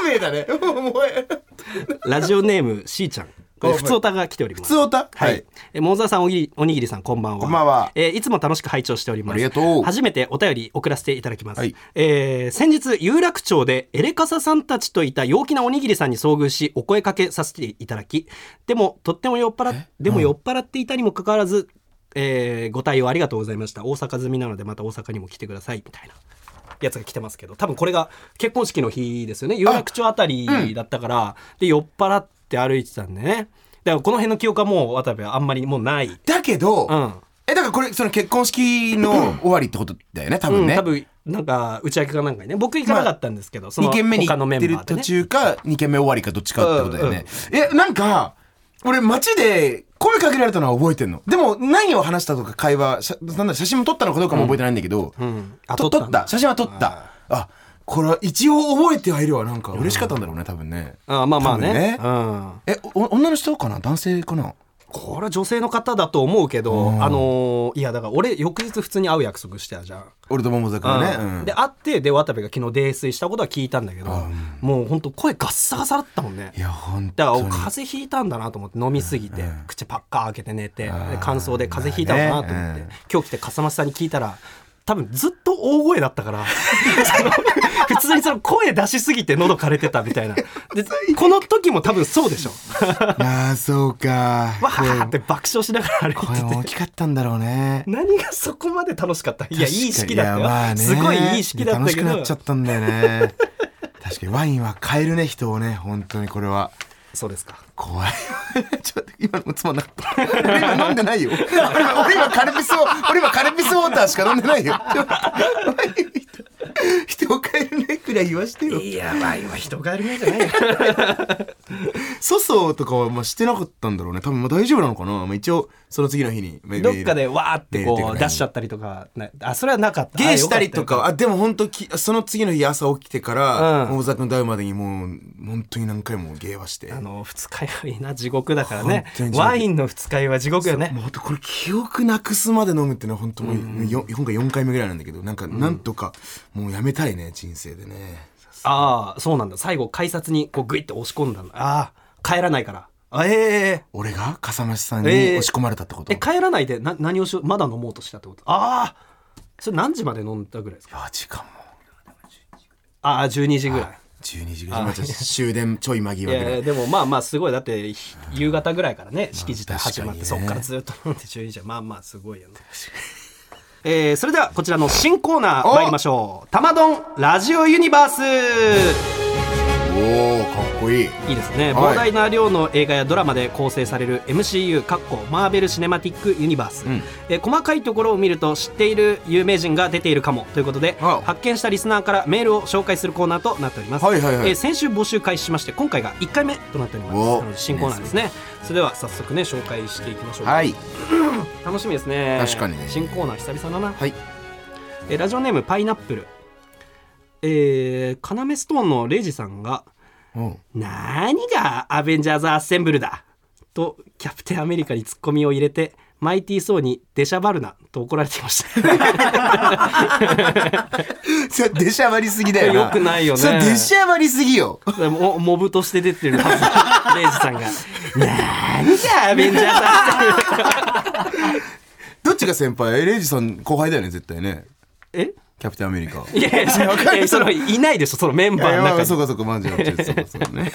S3: 同盟だねもうもう
S2: ラジオネームしーちゃん。これ、
S3: はい
S2: ふつおたが来ております。
S3: 普通歌
S2: はい。え、モンザーさん、おぎり、おにぎりさん、こんばんは。
S3: こんばんは
S2: えーいつも楽しく拝聴しております。
S3: ありがとう
S2: 初めてお便り送らせていただきます。
S3: はい
S2: えー先日、有楽町で、エレカサさんたちといた陽気なおにぎりさんに遭遇し、お声かけさせていただき、でも、とっても酔っ払っ、でも酔っ払っていたにもかかわらず、えーご対応ありがとうございました。大阪済みなので、また大阪にも来てください、みたいな。やつが来てますけど多分これが結婚式の日ですよね有楽町あたりだったから、で酔っ払って歩いてたんでねだからこの辺の記憶はもう渡部はあんまりもうない、
S3: だけど、
S2: うん
S3: えだからこれその結婚式の終わりってことだよね多
S2: う
S3: 分
S2: ん
S3: ね、
S2: 多分なんか打ち上げかなんかにね僕行かなかったんですけど、その
S3: 2軒目に
S2: 他の
S3: 行
S2: メ
S3: っ
S2: ン
S3: てる
S2: バーで、
S3: 途
S2: ね、
S3: 中か2軒目終わりかどっちかってことだよね、えなんか俺街で声かけられたのは覚えてんのでも何を話したとか会話しゃなんだ写真も撮ったのかどうかも覚えてないんだけど、
S2: んあ
S3: と
S2: 撮った
S3: 撮った
S2: んだ
S3: 写真は撮ったあこれは一応覚えてはいるわなんか嬉しかったんだろうね多分ね
S2: ああまあまあね
S3: 多
S2: う
S3: 分
S2: ん、
S3: えお女の人かな男性かな
S2: これは女性の方だと思うけど、あのーいやだから俺翌日普通に会う約束してたじゃん
S3: 俺と桃坂がね、
S2: うん
S3: うん
S2: で会ってで渡部が昨日泥酔したことは聞いたんだけど、もうほんと声ガッサガサだったもんね
S3: いや本
S2: だから
S3: 当
S2: 風
S3: に
S2: 邪ひいたんだなと思って飲みすぎて、口パッカー開けて寝てで乾燥で風邪ひいたのかなと思って、
S3: まあね
S2: 今日来て笠松さんに聞いたら多分ずっと大声だったから その普通にその声出しすぎて喉枯れてたみたいなでこの時も多分そうでしょ
S3: ああそうか
S2: わーって爆笑しながら歩い
S3: 声
S2: てて
S3: も大きかったんだろうね
S2: 何がそこまで楽しかったいやいい式だったよ、
S3: 確かにいやまあね
S2: すごいいい式だったけど
S3: 楽しくなっちゃったんだよね確かにワインは買えるね人をね本当にこれは
S2: そうですか
S3: 怖い ちょっと今のもつまんなかった俺今飲んでないよ俺今俺今カルピスを俺今カルピスウォーターしか飲んでないよ ちょっとワイン人を買えるねくらい言わしてよ
S2: いやワインは人がいるもんじゃない よ
S3: 粗相とかはまあしてなかったんだろうね多分まあ大丈夫なのかな、まあ、一応その次の日にメール
S2: どっかでわーって
S3: メール
S2: こ
S3: いうか
S2: 出しちゃったりとかなあそれはなかった
S3: ゲーしたりとか
S2: あよ
S3: は
S2: っ
S3: あでも本当きその次の日朝起きてから
S2: うん
S3: 大沢君と会うまでにもう本当に何回もゲーはして
S2: たあの二日酔いな地獄だからね
S3: 本当に地獄
S2: ワインの二日酔いは地獄よね
S3: もう本当これ記憶なくすまで飲むってのは本当もう、よ今回4回目ぐらいなんだけどなんかなんとかもうやめたいね人生でね
S2: ああそうなんだ最後改札にこうグイッて押し込んだんだああ帰らないからあええ
S3: 俺が笠間さんに
S2: ええ
S3: 押し込まれたってこと、
S2: え帰らないでな何をしようまだ飲もうとしたってことああそれ何時まで飲んだぐらいですか
S3: いや時間も
S2: ああ12時ぐらい
S3: 12時ぐらいまあちょっと終電ちょい間際
S2: い
S3: ぐらい
S2: やいやでもまあまあすごいだってひ夕方ぐらいからね式自体
S3: まあ確
S2: 始
S3: かに
S2: ま
S3: ね
S2: って、そっからずっと飲んで12時まあまあすごいよね。えーそれではこちらの新コーナー
S3: お
S2: 参りましょう「玉丼ラジオユニバース」
S3: おおかっこいい
S2: いいですね
S3: はい
S2: 膨大な量の映画やドラマで構成される MCU かっこマーベル・シネマティック・ユニバース、
S3: ん
S2: えー細かいところを見ると知っている有名人が出ているかもということで
S3: あ
S2: 発見したリスナーからメールを紹介するコーナーとなっております、
S3: はいはいはい
S2: えー先週募集開始しまして今回が1回目となっております
S3: お
S2: なので新コーナーですねそれでは早速ね紹介していきましょう、
S3: はい
S2: 楽しみですね
S3: 確かにね
S2: 新コーナー久々だな、
S3: はい
S2: えーラジオネームパイナップルえー、要ストーンのレイジさんが
S3: うん
S2: 何がアベンジャーズアッセンブルだとキャプテンアメリカにツッコミを入れてマイティー・ソーに「出しゃばるな」と怒られていました
S3: それ出しゃばりすぎだ よな。
S2: よくないよね
S3: それ出しゃばりすぎよ。
S2: だからモモブとして出てるはず レイジさんが「なーにじゃアベンジャーさんって
S3: どっちが先輩えレイジさん後輩だよね、絶対ね。」
S2: え
S3: キャプテンアメリカ。
S2: いやいやいやそのいないでしょそのメンバーの
S3: まあま
S2: 中
S3: あそう
S2: に
S3: かそうか、マジで。そうかそうか ね。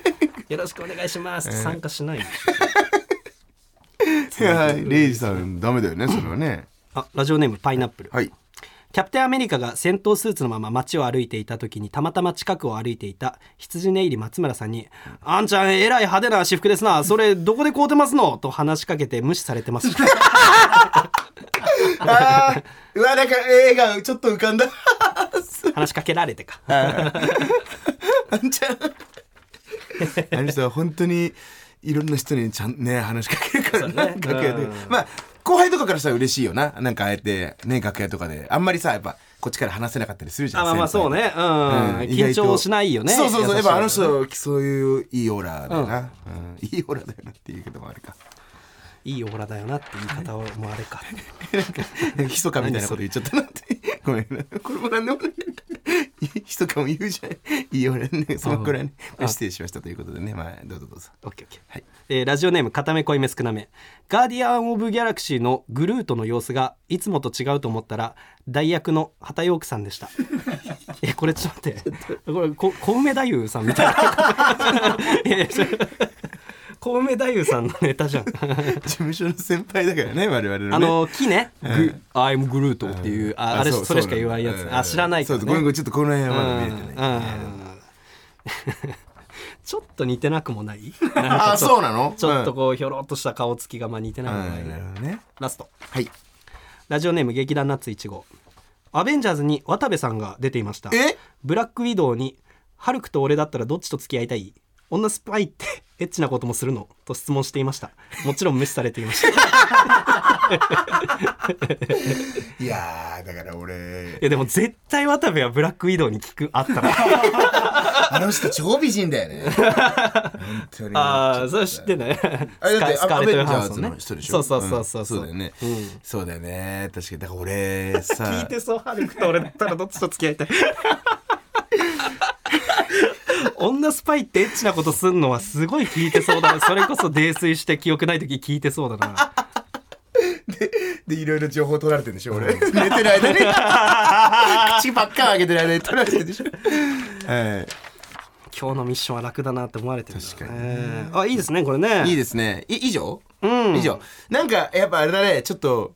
S2: 「よろしくお願いします」って参加しないでしょ
S3: いやレイジさん、ダメだよね、それはね。
S2: あラジオネームパイナップル、
S3: はい。
S2: キャプテンアメリカが戦闘スーツのまま街を歩いていた時にたまたま近くを歩いていた羊寝入り松村さんに「あんちゃんえらい派手な私服ですなそれどこで買うてますの?」と話しかけて無視されて ます
S3: ああ、うわ、なんか映画ちょっと浮かんだ。
S2: 話しかけられてか
S3: あんちゃん。あの人は本当にいろんな人にちゃんね話しかけるからな、
S2: そうね
S3: 楽屋で、
S2: うん
S3: まあ後輩とかからしたら嬉しいよななんかあえてね楽屋とかであんまりさやっぱこっちから話せなかったりするじゃん
S2: あまあまあ
S3: 先
S2: そ
S3: 輩
S2: うねうん、
S3: うん意
S2: 緊
S3: 外と
S2: 張しないよね
S3: そうそうそう
S2: 優
S3: やっ
S2: しいよ
S3: ぱ
S2: ね
S3: あの人そういういいオーラだよな、うんいいオーラだよなっていうけどもあれか
S2: いいオーラだよなって言い方をもうあれか
S3: ひそかみたいなこと言っちゃったなって ごめんなこれもなんでもないひそかも言うじゃんいいオーラねそのくらいね
S2: あ
S3: 失礼しましたということでねまあどうぞどうぞ
S2: オッケーオッケー
S3: はい
S2: えーラジオネーム片目濃いめ少なめガーディアン・オブ・ギャラクシーのグルートの様子がいつもと違うと思ったら代役の畑陽区さんでした えこれちょっと待ってこれこ小梅太夫さんみたいな いやいやそれ小梅太夫さんのネタじゃ ん
S3: 事務所の先輩だからね我々の、ね、
S2: あの木ね「
S3: ん
S2: グアイム・グルート」っていうああれそれしか言わないやつあ知らない
S3: か、
S2: からら、
S3: そ
S2: ね、
S3: うごめんごめんちょっとこの辺はまだ見えてない、
S2: うんうん ちょっと似てなくもない
S3: ああそうなの
S2: ちょっとこうひょろっとした顔つきがまあ似てな
S3: う
S2: くも
S3: んは
S2: ない
S3: いな
S2: ね
S3: るほどね
S2: ラスト
S3: はい
S2: ラジオネーム劇団ナッツ1号アベンジャーズに渡部さんが出ていました
S3: え
S2: ブラックウィドウにハルクと俺だったらどっちと付き合いたい女スパイって エッチなこともするのと質問していましたもちろん無視されていま したい
S3: いやーだから俺
S2: やでも絶対渡部はブラックウィドウに聞くあったら
S3: あの人超美人だよね本当に
S2: ああそれ知ってね
S3: あれだって
S2: スカ
S3: ア
S2: ー
S3: ベ
S2: レット・
S3: ン
S2: ヨハ
S3: ジャ
S2: ン
S3: ー
S2: ソ
S3: ズ
S2: ンね
S3: の人でし
S2: そ
S3: ょ
S2: うそうそうそう
S3: そうだよね、
S2: ん
S3: そうだよね確かにだから俺さ
S2: 聞いてそうハルクと俺だったらどっちと付き合いたい 女スパイってエッチなことすんのはすごい聞いてそうだそれこそ泥酔して記憶ない時聞いてそうだな
S3: でいろいろ情報取られてるんでしょ俺寝てる間に 口ばっか開けてる間に取られてるでし ょはい
S2: 今日のミッションは楽だなって思われてるんだ
S3: 確か
S2: ろう
S3: に
S2: ねあいいですねこれね
S3: いいですね。い以上、
S2: うん
S3: 以上。なんか、やっぱあれだね、ちょっと、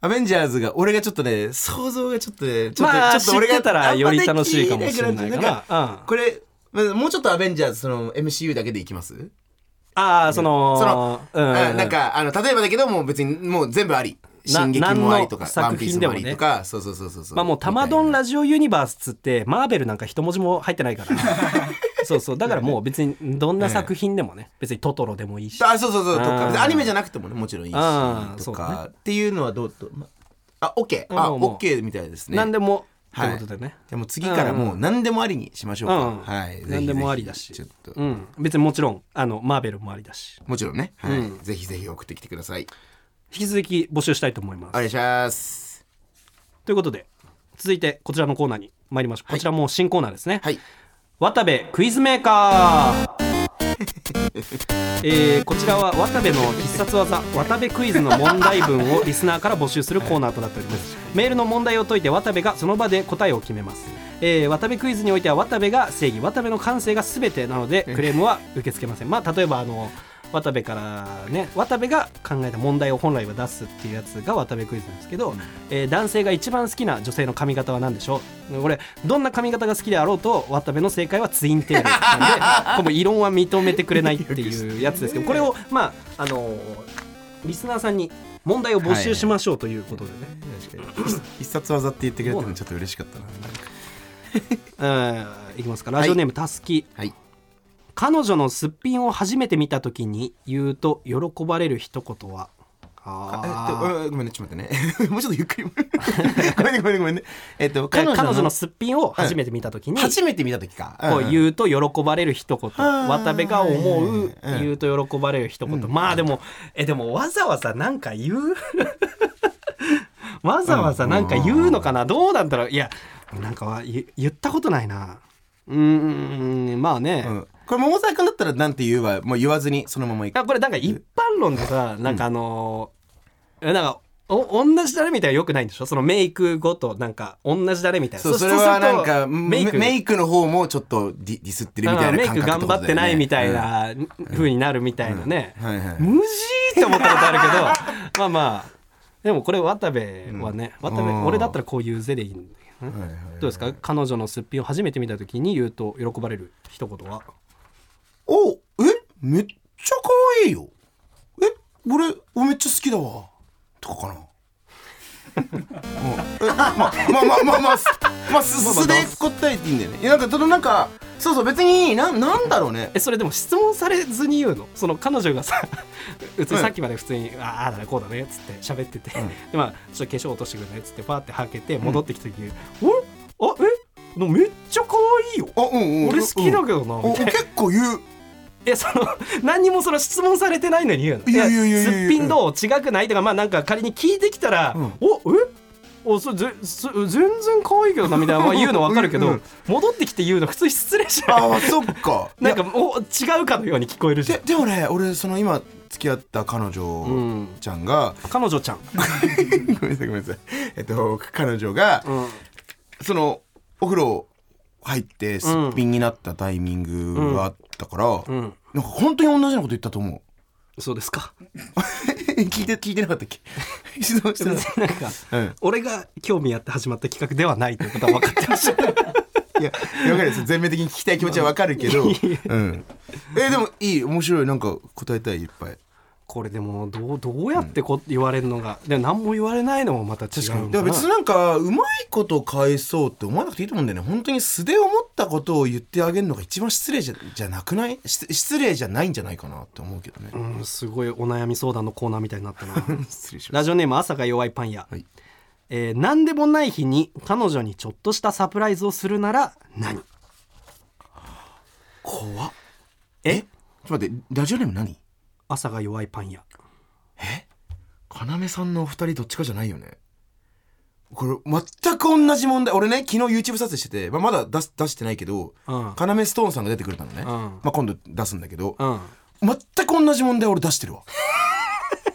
S3: アベンジャーズが、俺がちょっとね、想像がちょっとね、ちょっと、
S2: まあ
S3: ちょっと俺
S2: 知ってたら
S3: あんまね
S2: より楽しいかもしれないかな
S3: 聞てく感じ
S2: うん
S3: これ、まあもうちょっとアベンジャーズ、その MCU だけでいきます
S2: ああその
S3: その、
S2: うん
S3: あなんか、あの、例えばだけど、もう別に、もう全部あり。進撃もありとか、
S2: 何の
S3: ワンピースもありとか、そうそうそうそうそう。
S2: まあもう「タマドン
S3: み
S2: ラジオユニバース」っつってマーベルなんか一文字も入ってないから そうそうだからもう別にどんな作品でもね別にトトロでもいいした
S3: いな。あ、そうそうそう、と
S2: うん
S3: か、別にアニメじゃなくてもね、もちろんいいし、
S2: うん
S3: と
S2: そう
S3: か、っていうのはどうと、まあ、オッケー。あ、
S2: うんもう
S3: オッケーみたいですね。
S2: 何でもと
S3: はいいう
S2: ことでね、
S3: じゃあもう次からもう何でもありにしましょうか。
S2: うん
S3: はい。ぜひぜ
S2: 何
S3: ひ
S2: でもありだし
S3: ちょっと、
S2: うん、別にもちろんあのマーベルもありだし
S3: もちろんね、はい
S2: うん
S3: ぜひぜひ送ってきてください。
S2: 引き続き募集したいと思いま
S3: お
S2: す、
S3: 願いします。
S2: ということで続いてこちらのコーナーに参りましょう、こちらもう新コーナーですね、
S3: はい。
S2: 渡部クイズメーカー えーこちらは渡部の必殺技渡部クイズの問題文をリスナーから募集するコーナーとなっておりますメールの問題を解いて渡部がその場で答えを決めます、えー渡部クイズにおいては渡部が正義渡部の感性が全てなのでクレームは受け付けませんまあ例えばあの渡部からね渡部が考えた問題を本来は出すっていうやつが渡部クイズなんですけど、えー男性が一番好きな女性の髪型は何でしょうこれどんな髪型が好きであろうと渡部の正解はツインテールなんでこれも異論は認めてくれないっていうやつですけどこれをまああのーリスナーさんに問題を募集しましょうということでね、
S3: 必殺技って言ってくれたのちょっと嬉しかったな。
S2: うんいきますかラジオネームたすき
S3: はい。
S2: 彼女のすっぴんを初めて見た時に言うと喜ばれる一言はあー
S3: えっとうんごめんね、ちょっと待ってね。もう ちょっとゆっくり。ごめんね、ごめんね、ごめんね。えっと、
S2: 彼
S3: 彼
S2: 女
S3: 女
S2: の
S3: の
S2: すっぴんを 初めて見た時に、
S3: 初めて見た時か。
S2: こう
S3: うん。
S2: 言うと喜ばれる一言
S3: うん
S2: 渡部が思う
S3: うん
S2: 言うと喜ばれる一言まあでもえでもわざわざなん か言うわざわざなんか言うのかなどうなんだろういやなんかは言言ったことないなうーんまあね、
S3: うんこれ桃沢君だったらなんて言うはもう言わずにそのままいく
S2: あこれなんか一般論でさなんかあのーえなんかお同じだれみたいはよくないんでしょそのメイクごとなんか同じだれみたいな
S3: そうそ
S2: す
S3: れはなんか
S2: そうすると
S3: メイクメイクの方もちょっとディディスってるみたいな
S2: メイ
S3: 感
S2: ク
S3: 覚
S2: 頑
S3: と
S2: 張
S3: か
S2: ってないみたいな
S3: は
S2: 風になるみたいなね、
S3: いはい
S2: 無事って思ったことある けどまあまあでもこれ渡部はね、渡部
S3: うん
S2: 俺だったらこういうぜでいいんだけどね、
S3: はい
S2: どうですか彼女のすっぴんを初めて見た時に言うと喜ばれる一言は
S3: おえめっちゃ可愛いよえ俺俺めっちゃ好きだわとかかなうんえまあまあまあまあまあす まあす
S2: まあ
S3: すすで答えていいんだよねいやなんかただなんかそうそう別になんなんだろうね
S2: えそれでも質問されずに言うのその彼女がさうつ
S3: うん
S2: さっきまで普通に「ああだねこうだね」っつって喋ってて、でまあちょっと化粧落としてくれねっつってパーってはけて戻ってきた時に「おあえのめっちゃ可愛いよ
S3: あうんうん
S2: 俺好きだ
S3: うん
S2: けどな」
S3: お
S2: みたいな
S3: 結構言う
S2: えその 何にもその質問されてないのに言うの
S3: いやいやいやい
S2: や
S3: や
S2: すっぴんどう違くないとかまあなんか仮に聞いてきたら「
S3: うん
S2: おえおそれぜす全然可愛いけどな」みたいな、まあ、言うの分かるけど
S3: うんうん
S2: 戻ってきて言うの普通失礼じゃない
S3: ああそっか
S2: なんかもう違うかのように聞こえるじゃ
S3: で
S2: ん。
S3: でもね俺その今付き合った彼女
S2: ん
S3: ちゃんが、
S2: 彼女ちゃん、
S3: ごめんなさいごめんなさいえっと彼女が、
S2: うん、
S3: そのお風呂入ってすっぴんになったタイミングがあったから、
S2: ん
S3: なんか本当に同じようなこと言ったと思う
S2: そうですか
S3: 聞いて聞いてなかったっけ 質問してなかっ
S2: なんか
S3: たうん
S2: 俺が興味あって始まった企画ではないということは分かってま した
S3: いやいやわかるです全面的に聞きた い気持ちはわかるけど、うん、えでもいい面白いなんか答えたいいっぱい
S2: これでもどうどうやってこ言われるのがでも何も言われないのもまた違うの
S3: で
S2: か
S3: も
S2: な
S3: 別になんかうまいこと返そうって思わなくていいと思うんだよね本当に素で思ったことを言ってあげるのが一番失礼じゃじゃなくないし失礼じゃないんじゃないかなって思うけどね、
S2: うん、すごいお悩み相談のコーナーみたいになった な
S3: 失礼しま
S2: ラジオネーム朝が弱いパン屋、
S3: はい
S2: えー何でもない日に彼女にちょっとしたサプライズをするなら何
S3: す怖っ
S2: え
S3: ちょっと待ってラジオネーム何
S2: 朝が弱いパン屋
S3: 要さんのお二人どっちかじゃないよねこれ全く同じ問題俺ね昨日 YouTube 撮影してて、まあ、まだ出す出してないけど、
S2: うん
S3: 要ストーンさんが出てくれたのね、
S2: ん
S3: まあ、今度出すんだけど、
S2: うん
S3: 全く同じ問題俺出してる わ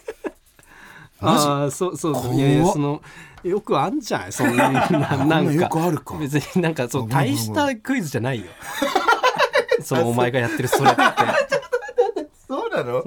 S3: マジ
S2: ああそうそう
S3: 怖っ
S2: いやいやそのよくあんじゃないそ んなななんか
S3: よくあるか
S2: 別になんかそう
S3: ごめんごめん
S2: 大したクイズじゃない よそのお前がやってるそれって
S3: そうなの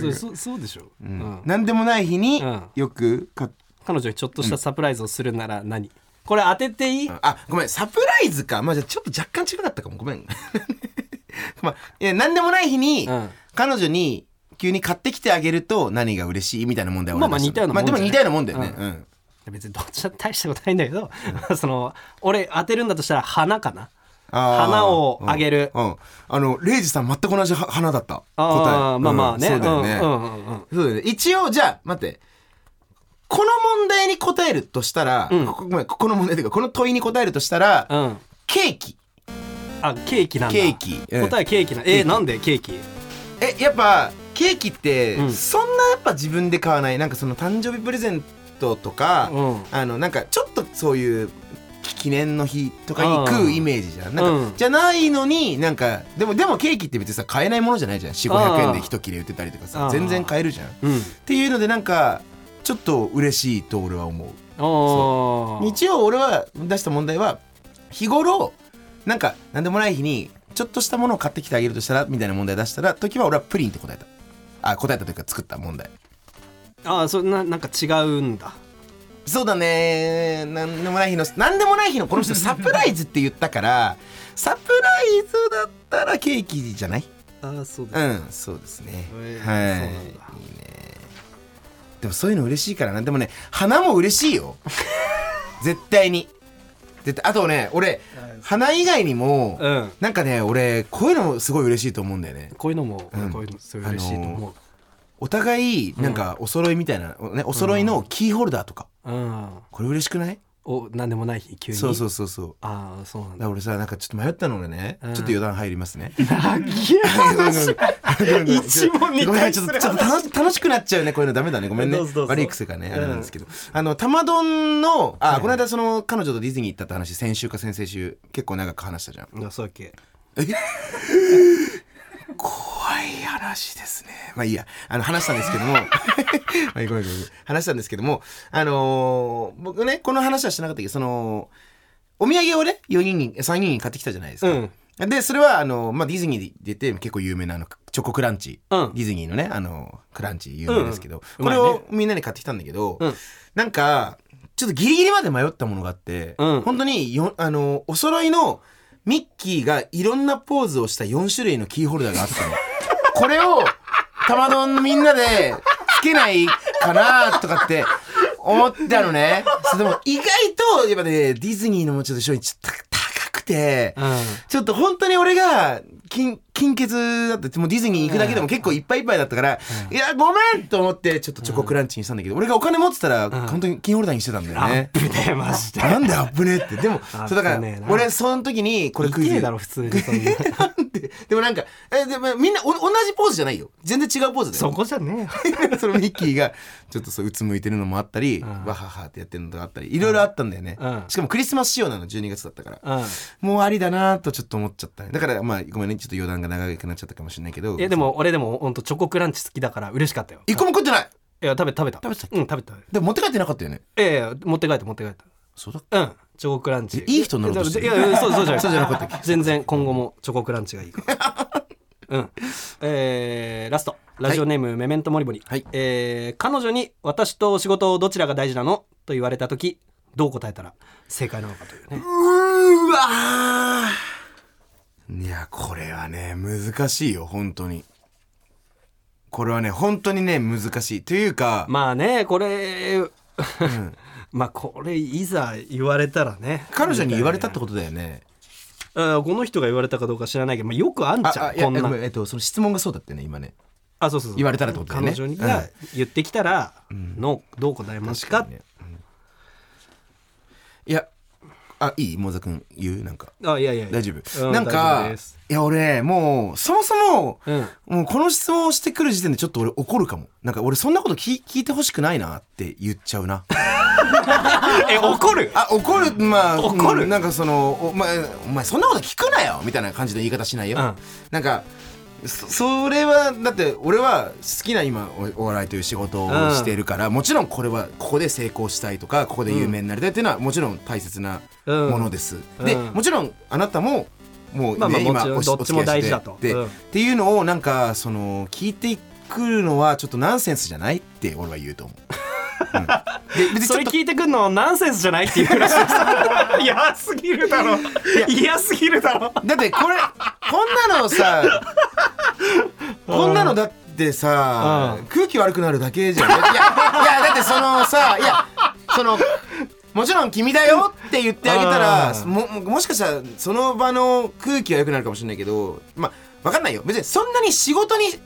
S2: そうそうそうでしょ、うん
S3: 何でもない日に
S2: うん
S3: よくか
S2: 彼女にちょっとしたサプライズをするなら何、これ当てていい、
S3: あごめんサプライズかまあじゃあちょっと若干違かったかもごめん まあいや何でもない日に、
S2: うん
S3: 彼女に急に買ってきてあげると何が嬉しいみたいな問題は
S2: まあまあ似たようなもんじゃ
S3: ま
S2: な
S3: あ
S2: い
S3: でも似たようなもんだよね、うん
S2: 別にどっちだって大したことないんだけど、その俺当てるんだとしたら花かな
S3: あー
S2: 花をあげる
S3: うんうんあのレイジさん全く同じは花だった答
S2: あ
S3: え
S2: あまあまあね、
S3: うんんそうだよね、
S2: うんうんうん
S3: そうだよね一応じゃあ待ってこの問題に答えるとしたら、
S2: うん
S3: ここごめんここの問題というかこの問いに答えるとしたら、
S2: うんうん
S3: ケーキ
S2: あケーキなんだ
S3: ケーキうん
S2: 答えケーキなえー、なんでケーキ
S3: えやっぱケーキって、
S2: うん
S3: そんなやっぱ自分で買わないなんかその誕生日プレゼントとか、
S2: うん
S3: あのなんかちょっとそういう記念の日とかに
S2: う
S3: 食うんイメージじゃんなんか、
S2: うん
S3: じゃないのになんかでもでもケーキって別にさ買えないものじゃないじゃん4500円で一切れ売ってたりとか
S2: う
S3: さ
S2: ん
S3: 全然買えるじゃんっ
S2: うん
S3: ていうのでなんかちょっと嬉しいと俺は思う
S2: ああ
S3: 一応俺は出した問題は日頃なんか何でもない日にちょっとしたものを買ってきてあげるとしたらみたいな問題出したら時は俺はプリンって答えたあ答えたというか作った問題
S2: ああそんななんか違うんだ
S3: そうだね何でもない日の何でもない日のこ の人サプライズって言ったからサプライズだったらケーキじゃない
S2: ああそうだ、
S3: うんそうですね
S2: え
S3: はい
S2: そうなんだ
S3: いいねでもそういうの嬉しいからなでもね花も嬉しいよ 絶対に絶対あとね俺花以外にも、
S2: うん
S3: なんかね俺こういうのすごい嬉しいと思うんだよね
S2: こういうのも、
S3: うん
S2: こういうのすごい嬉しいと思う、
S3: お互いなんかお揃いみたいな、ね、お揃いのキーホルダーとか
S2: うん
S3: これ嬉しくない
S2: お何でもない日急に
S3: そうそううそうそう
S2: ああそうなん
S3: だか
S2: だ
S3: ら俺さなんかちょっと迷ったのがね、
S2: うん
S3: ちょっと余談入りますね
S2: なぎ や 一問に対する話
S3: ごめんちょっとちょっと楽し楽しくなっちゃうねこういうのダメだねごめんね
S2: どうぞどうぞ
S3: 悪い癖がねあれなんですけど、
S2: う
S3: あの玉丼のあ、
S2: はい
S3: この間その彼女とディズニー行ったって話先週か先々週結構長く話したじゃん
S2: あそうだっけ
S3: 怖い話ですね。まあいいや、あの話したんですけ ども、まあいいごめんごめん話したんですけども、あのー僕ね、この話はしてなかったけど、その、お土産をね、4人に、3人に買ってきたじゃないですか。で、それは、あの、まあ、ディズニーで出て、結構有名な、あの、チョコクランチ。
S2: うん
S3: ディズニーのね、あの、クランチ有名ですけど、
S2: うん
S3: これ
S2: うまい
S3: を
S2: ね
S3: みんなに買ってきたんだけど、
S2: うん
S3: なんか、ちょっとギリギリまで迷ったものがあって、
S2: うん
S3: 本当によ、あの、お揃いの、ミッキーがいろんなポーズをした4種類のキーホルダーがあ ったの。これを、玉丼のみんなで、つけないかなとかって、思ったのね。そうでも、意外と、やっぱね、ディズニーのもちょっと商品、ちょっと高くて、
S2: う
S3: ちょっと本当に俺が金金欠だったもうディズニー行くだけでも結構いっぱいいっぱいだったから、いやごめんと思ってちょっとチョコクランチにしたんだけど、俺がお金持ってたら
S2: ん
S3: 本当に金ホルダーにしてたんだよ
S2: ん、
S3: ね
S2: ね、。アップでマジで
S3: なんでアップねってでも
S2: ップね
S3: そうだから
S2: な
S3: 俺その時にこれクイ
S2: 痛
S3: ズ
S2: えだろ普通にそんな
S3: なんででもなんかえでもみんなお同じポーズじゃないよ全然違うポーズだよ
S2: そこじゃねえよ
S3: そのミッキーがちょっとそううつむいてるのもあったり、
S2: ん
S3: わははってやってるのとかあったりいろいろあったんだよね、
S2: うん
S3: しかもクリスマス仕様なの12月だったから、
S2: うん
S3: もうありだなとちょっと思っちゃったねだからまあごめんねちょっと余談が長くなっちゃったかもしれないけど
S2: いやでも俺でも本当チョコクランチ好きだから嬉しかったよ
S3: 一個も食ってない
S2: いや食べ食べた
S3: 食べてたっ
S2: うん食べた
S3: でも持って帰ってなかったよね
S2: ええ持って帰った持って帰った
S3: そうだ
S2: うん、チョコクランチ。
S3: えいい人になろうとしてる
S2: いやいや、そうそうじゃない。
S3: そうじゃなかったっけ
S2: 全然今後もチョコクランチがいい から。うん。えー、ラスト。ラジオネーム、メメントモリモリ。
S3: はい
S2: えー、彼女に私と仕事どちらが大事なのと言われたとき、どう答えたら正解なのかというね。
S3: うーわーいやこれはね難しいよ本当にこれはね本当にね難しいというか、
S2: まあね、これ、
S3: うん
S2: まあこれ、いざ言われたらね。
S3: 彼女に言われたってことだよね
S2: うんこの人が言われたかどうか知らないけど、まあ、よくあんじゃ
S3: あ
S2: ん、
S3: あいや
S2: こん
S3: ご
S2: な
S3: めん。えっとその質問がそうだったよね今ね
S2: あ、そうそうそう。
S3: 言われたらってことだよね
S2: 彼女にが言ってきたら、の、どう答えますか
S3: ねうんいやあいいモザ君言うなんか
S2: あいやいやいや
S3: 大丈夫、
S2: う
S3: な
S2: 大
S3: ん
S2: 丈
S3: か
S2: 夫です
S3: いや俺もうそもそも、
S2: うん
S3: もうこの質問をしてくる時点でちょっと俺怒るかもなんか俺そんなこと聞聞いてほしくないなって言っちゃうな
S2: え怒る
S3: あ怒るまあ
S2: 怒る
S3: うんなんかそのお前お前そんなこと聞くなよみたいな感じの言い方しないよ、
S2: うん
S3: なんかそそれはだって俺は好きな今おお笑いという仕事を
S2: うん
S3: しているから、もちろんこれはここで成功したいとかここで有名になりたいっていうのはもちろん大切な
S2: うん
S3: ものです、
S2: うん
S3: でもちろんあなたももう、ね
S2: まあまあも
S3: 今
S2: ちろん
S3: おし
S2: どっちも
S3: お付き合い
S2: 大
S3: して
S2: 事だと
S3: で
S2: うん
S3: っていうのをなんかその聞いてくるのはちょっとナンセンスじゃないって俺は言うと思う。うん、で別に
S2: それ聞いてくんのナンセンスじゃないっていうらし い嫌すぎるだろ嫌すぎるだろ
S3: だってこれこんな のさこんなのだってさ
S2: うん
S3: 空気悪くなるだけじゃんいやいやだってそのさいやそのもちろん君だよって言ってあげたら
S2: うん
S3: ももしかしたらその場の空気は良くなるかもしれないけどまあ分かんないよ別にそんなに仕事に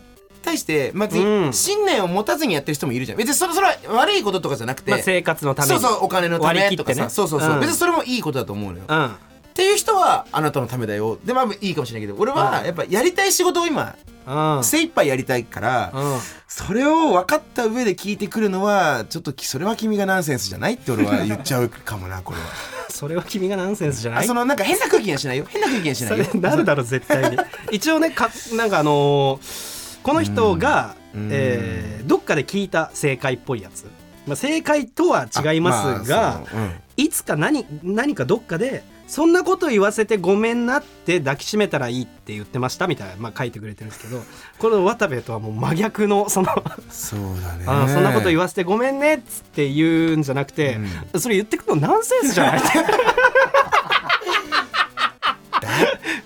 S3: 対してまず
S2: うん
S3: 信念を持たずにやってる人もいるじゃん別にそれそれは悪いこととかじゃなくて、
S2: まあ生活のため
S3: そう
S2: に
S3: そうお金のた
S2: 割
S3: め
S2: り切
S3: と
S2: っ
S3: か
S2: て
S3: さ、
S2: ね
S3: そうそうそう、
S2: うん
S3: 別にそれもいいことだと思うのよ、
S2: うん
S3: っていう人はあなたのためだよでまあいいかもしれないけど俺は
S2: うん
S3: やっぱやりたい仕事を今
S2: うん
S3: 精一杯やりたいから、
S2: うん
S3: それを分かった上で聞いてくるのはちょっときそれは君がナンセンスじゃないって俺は言っちゃうかもなこれは
S2: それは君がナンセンスじゃな
S3: あ
S2: い
S3: そのなんか変な空気にはしないよ変な空気にはしな
S2: そ
S3: いよ
S2: れなるだろ絶対に 一応ねかなんかあのーこの人が、
S3: うん
S2: えーどっかで聞いた正解っぽいやつ、まあ、正解とは違いますが、
S3: あまあそううん
S2: いつか何何かどっかでそんなこと言わせてごめんなって抱きしめたらいいって言ってましたみたいな、まあ、書いてくれてるんですけどこの渡部とはもう真逆のその
S3: そうだね
S2: あそんなこと言
S3: わ
S2: わせてごめんねっつって言うんじゃなくて、それ言ってくるのナンセンスじゃない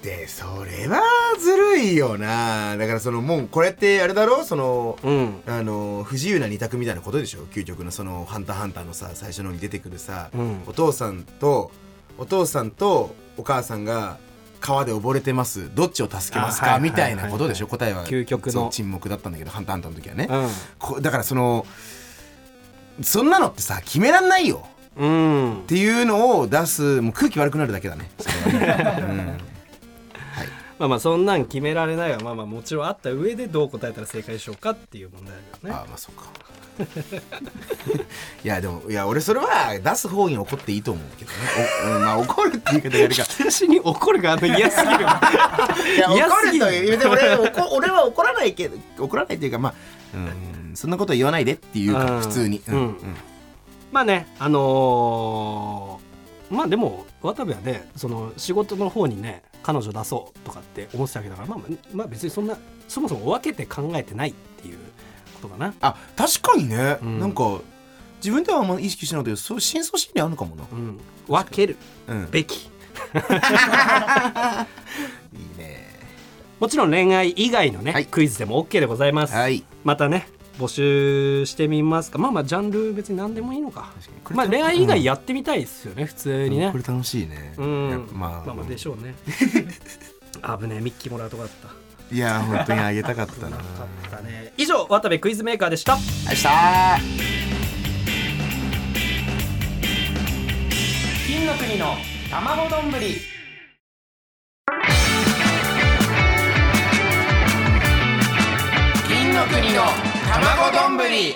S3: でそれはずるいよなだからそのもうこれってあれだろその
S2: うん
S3: あの不自由な二択みたいなことでしょ究極のその「ハンターハンター」のさ最初のに出てくるさ、
S2: うん
S3: お父さんとお父さんとお母さんが川で溺れてますどっちを助けます
S2: あ
S3: か
S2: はいはい
S3: みたいなことでしょ
S2: は
S3: 答えは
S2: 究極の
S3: そう沈黙だったんだけど「ハンターハンター」の時はね、
S2: うん
S3: こだからそのそんなのってさ決めらんないよ
S2: うん
S3: っ。ていうのを出すもう空気悪くなるだけだねそれ はね
S2: まあまあそんなん決められないはまあまあもちろんあった上でどう答えたら正解でしょうかっていう問題だけ
S3: う
S2: ど
S3: ん
S2: ね
S3: あ。あまあそっか いやでもいや俺それは出す方に怒っていいと思うけどねおうん まあ怒るって言い方やるか
S2: 私に怒るがあの嫌すぎる。
S3: いや
S2: 嫌
S3: 怒
S2: すぎ
S3: る
S2: る
S3: というでも俺怒俺は怒らないけど怒らないというかまあうんそんなこと言わないでっていう
S2: うん
S3: か普通にうん
S2: う
S3: うんん
S2: まあねあのーまあでも渡部はねその仕事の方にね彼女出そうとかって思ってたわけだから、まあ、まあまあ別にそんなそもそも分けて考えてないっていうことかな。
S3: あ確かにね
S2: うん
S3: なんか自分ではあんま意識しないけどそう深層心理あるのかもな
S2: うん、分ける
S3: うん
S2: べき
S3: いいね
S2: もちろん恋愛以外のね、
S3: はい
S2: クイズでも OK でございます、
S3: はい
S2: またね募集してみますかまあまあジャンル別に何でもいいのか
S3: 確かにこれ
S2: まあ恋愛以外やってみたいですよね、普通にね
S3: これ楽しいね
S2: うん
S3: やっぱまあ
S2: まあまあでしょう ね危ねえミッキーもらうとこだった
S3: いや本当にあげたかったな
S2: かったね以上渡部クイズメーカーでした
S3: でした
S2: 金の国の卵丼ぶり
S4: 金の国の卵丼ぶり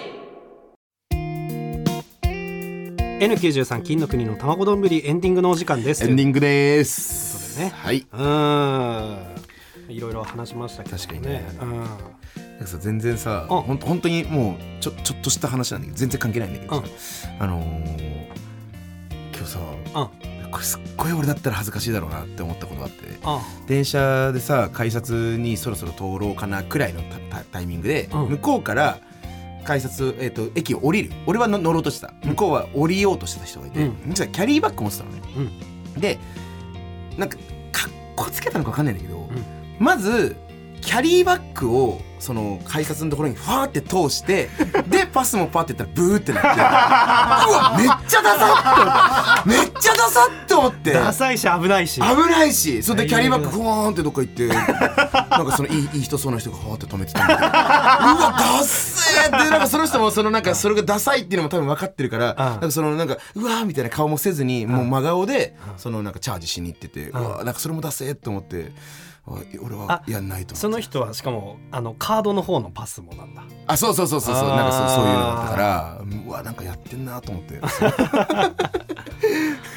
S2: N93 金の国の卵丼ぶりエンディングのお時間です
S3: エンデ
S2: ィング
S3: ィングです
S2: ということでね
S3: はい
S2: うんいろいろ話しましたけどね
S3: 確かにね
S2: うん
S3: なんかさ全然さ
S2: うん
S3: ほんと本当にもうちょちょっとした話なんだけど全然関係ないんだけどさ、あのー、今日さ、これすっごい俺だったら恥ずかしいだろうなって思ったことがあって
S2: あ
S3: 電車でさ改札にそろそろ通ろうかなくらいのタタタイミングで、
S2: うん
S3: 向こうから改札、えー、と駅を降りる俺はの乗ろうとしてた向こうは降りようとしてた人がいて、
S2: うん
S3: 実はキャリーバッグ持ってたのね
S2: うん
S3: でなんかかっこつけたのか分かんないんだけど、
S2: ん
S3: まずキャリーバッグをその改札のところにファーって通して でパスもパーってやったらブーってなってうわめっちゃダサ っとめっちゃダサっと思って
S2: ダサいし危ないし
S3: 危ないしそれでキャリーバッ
S2: い
S3: グ
S2: や
S3: ふわーんってどっか 行ってなんかそのいいいい人そうな人がふわーって止めてたんだけどうわダッセーってなんかその人もそのなんかそれがダサいっていうのも多分分かってるからなんかそのなんかうわーみたいな顔もせずにもう真顔でそのなんかチャージしに行っててうわーなんかそれもダセーって思ってあ俺はやんないと思って
S2: その人はしかもあのカードの方のパスもなんだ
S3: あそうそうそうそうそう
S2: あー
S3: なんかそうそういうのだったからうんうわなんかやってんなと思って っ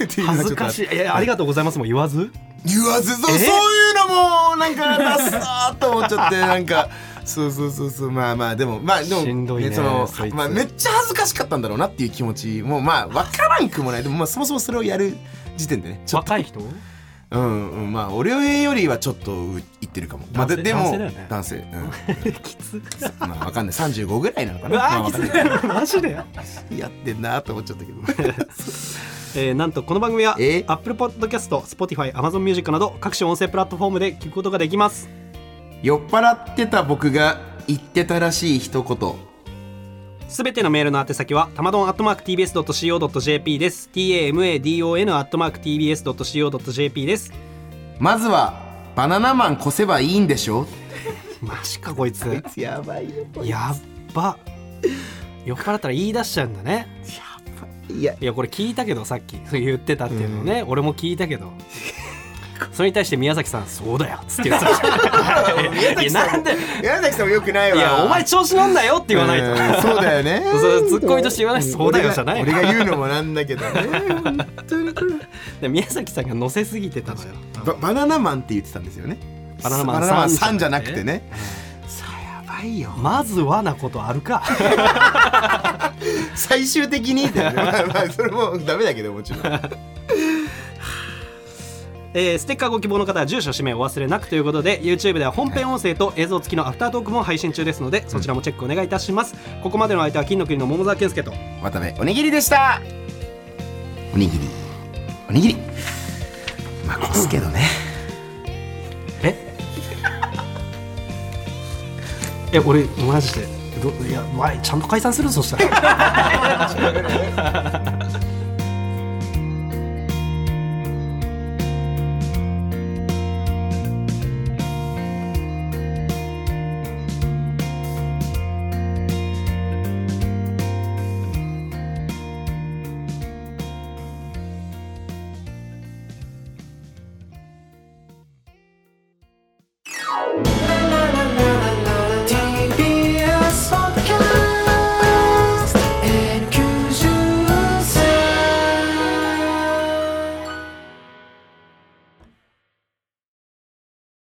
S3: ていうのが
S2: 恥
S3: ちょ
S2: ず
S3: っとあ
S2: か
S3: って
S2: しいえありがとうございますも言わず
S3: 言わずそうそう
S2: え
S3: いうのもなんかダッサーと思っち ゃってなんかそうそうそうそうまあまあでもまあでも
S2: しんどいね
S3: その
S2: そいつ
S3: まあ、めっちゃ恥ずかしかったんだろうなっていう気持ちもまあ分からんくもないでもまあそもそもそれをやる時点でねちょっ
S2: 若い人
S3: とうん、うん、まあ俺よりはちょっとういってるかも、まあ、で
S2: 男性
S3: でも
S2: 男性だよね
S3: 男性、うん
S2: きつ
S3: まあわかんない35ぐらいなのか
S2: う
S3: なまあ
S2: わ
S3: わ
S2: きつ
S3: かんない
S2: い マジで
S3: やってんなと思っちゃったけど
S2: えーなんとこの番組は
S3: え
S2: Apple Podcast、Spotify、Amazon Music など各種音声プラットフォームで聞くことができます。
S3: 酔っ払ってた僕が言ってたらしい一言
S2: すべてのメールの宛先はたまどん .tbs.co.jp です。tamadon.tbs.co.jp atmarktbs.co.jp です。
S3: まずはバナナマン越せばいいんでしょ
S2: マジかこいつ。や
S3: やばいよ
S2: っば。酔っ払ったら言い出しちゃうんだね。
S3: いや
S2: いやこれ聞いたけどさっきそう言ってたっていうのね、俺も聞いたけ どそれに対して宮崎さん「そうだよ」っつって言って たいやなんでい
S3: 宮崎さんもよくないわ
S2: やお前調子乗んなよって言わないと
S3: うんそうだよね
S2: そうツッコミとして言わないそうだよじゃ ない
S3: 俺が俺が言うのもなんだけどね本 当にこれ
S2: で宮崎さんが乗せすぎてたのよ
S3: ババナナマンって言ってたんですよね
S2: バナナマン
S3: さ
S2: さんじ
S3: んじ
S2: ゃ
S3: ゃ
S2: な
S3: な
S2: く
S3: く
S2: て
S3: てねさあやばいよ
S2: まずはなことある か
S3: 最終的 にだよねまあまあそれもダメだけどもちろん
S2: えーステッカーご希望の方は住所氏名お忘れなくということで YouTube では本編音声と映像付きのアフタートークも配信中ですのでそちらもチェックお願いいたします、ここまでの相手は金の国の桃沢健介と
S3: 渡部おにぎりでしたおにぎりおにぎりまあこすけどね
S2: え え俺マジでどいやわいちゃんと解散するそしたら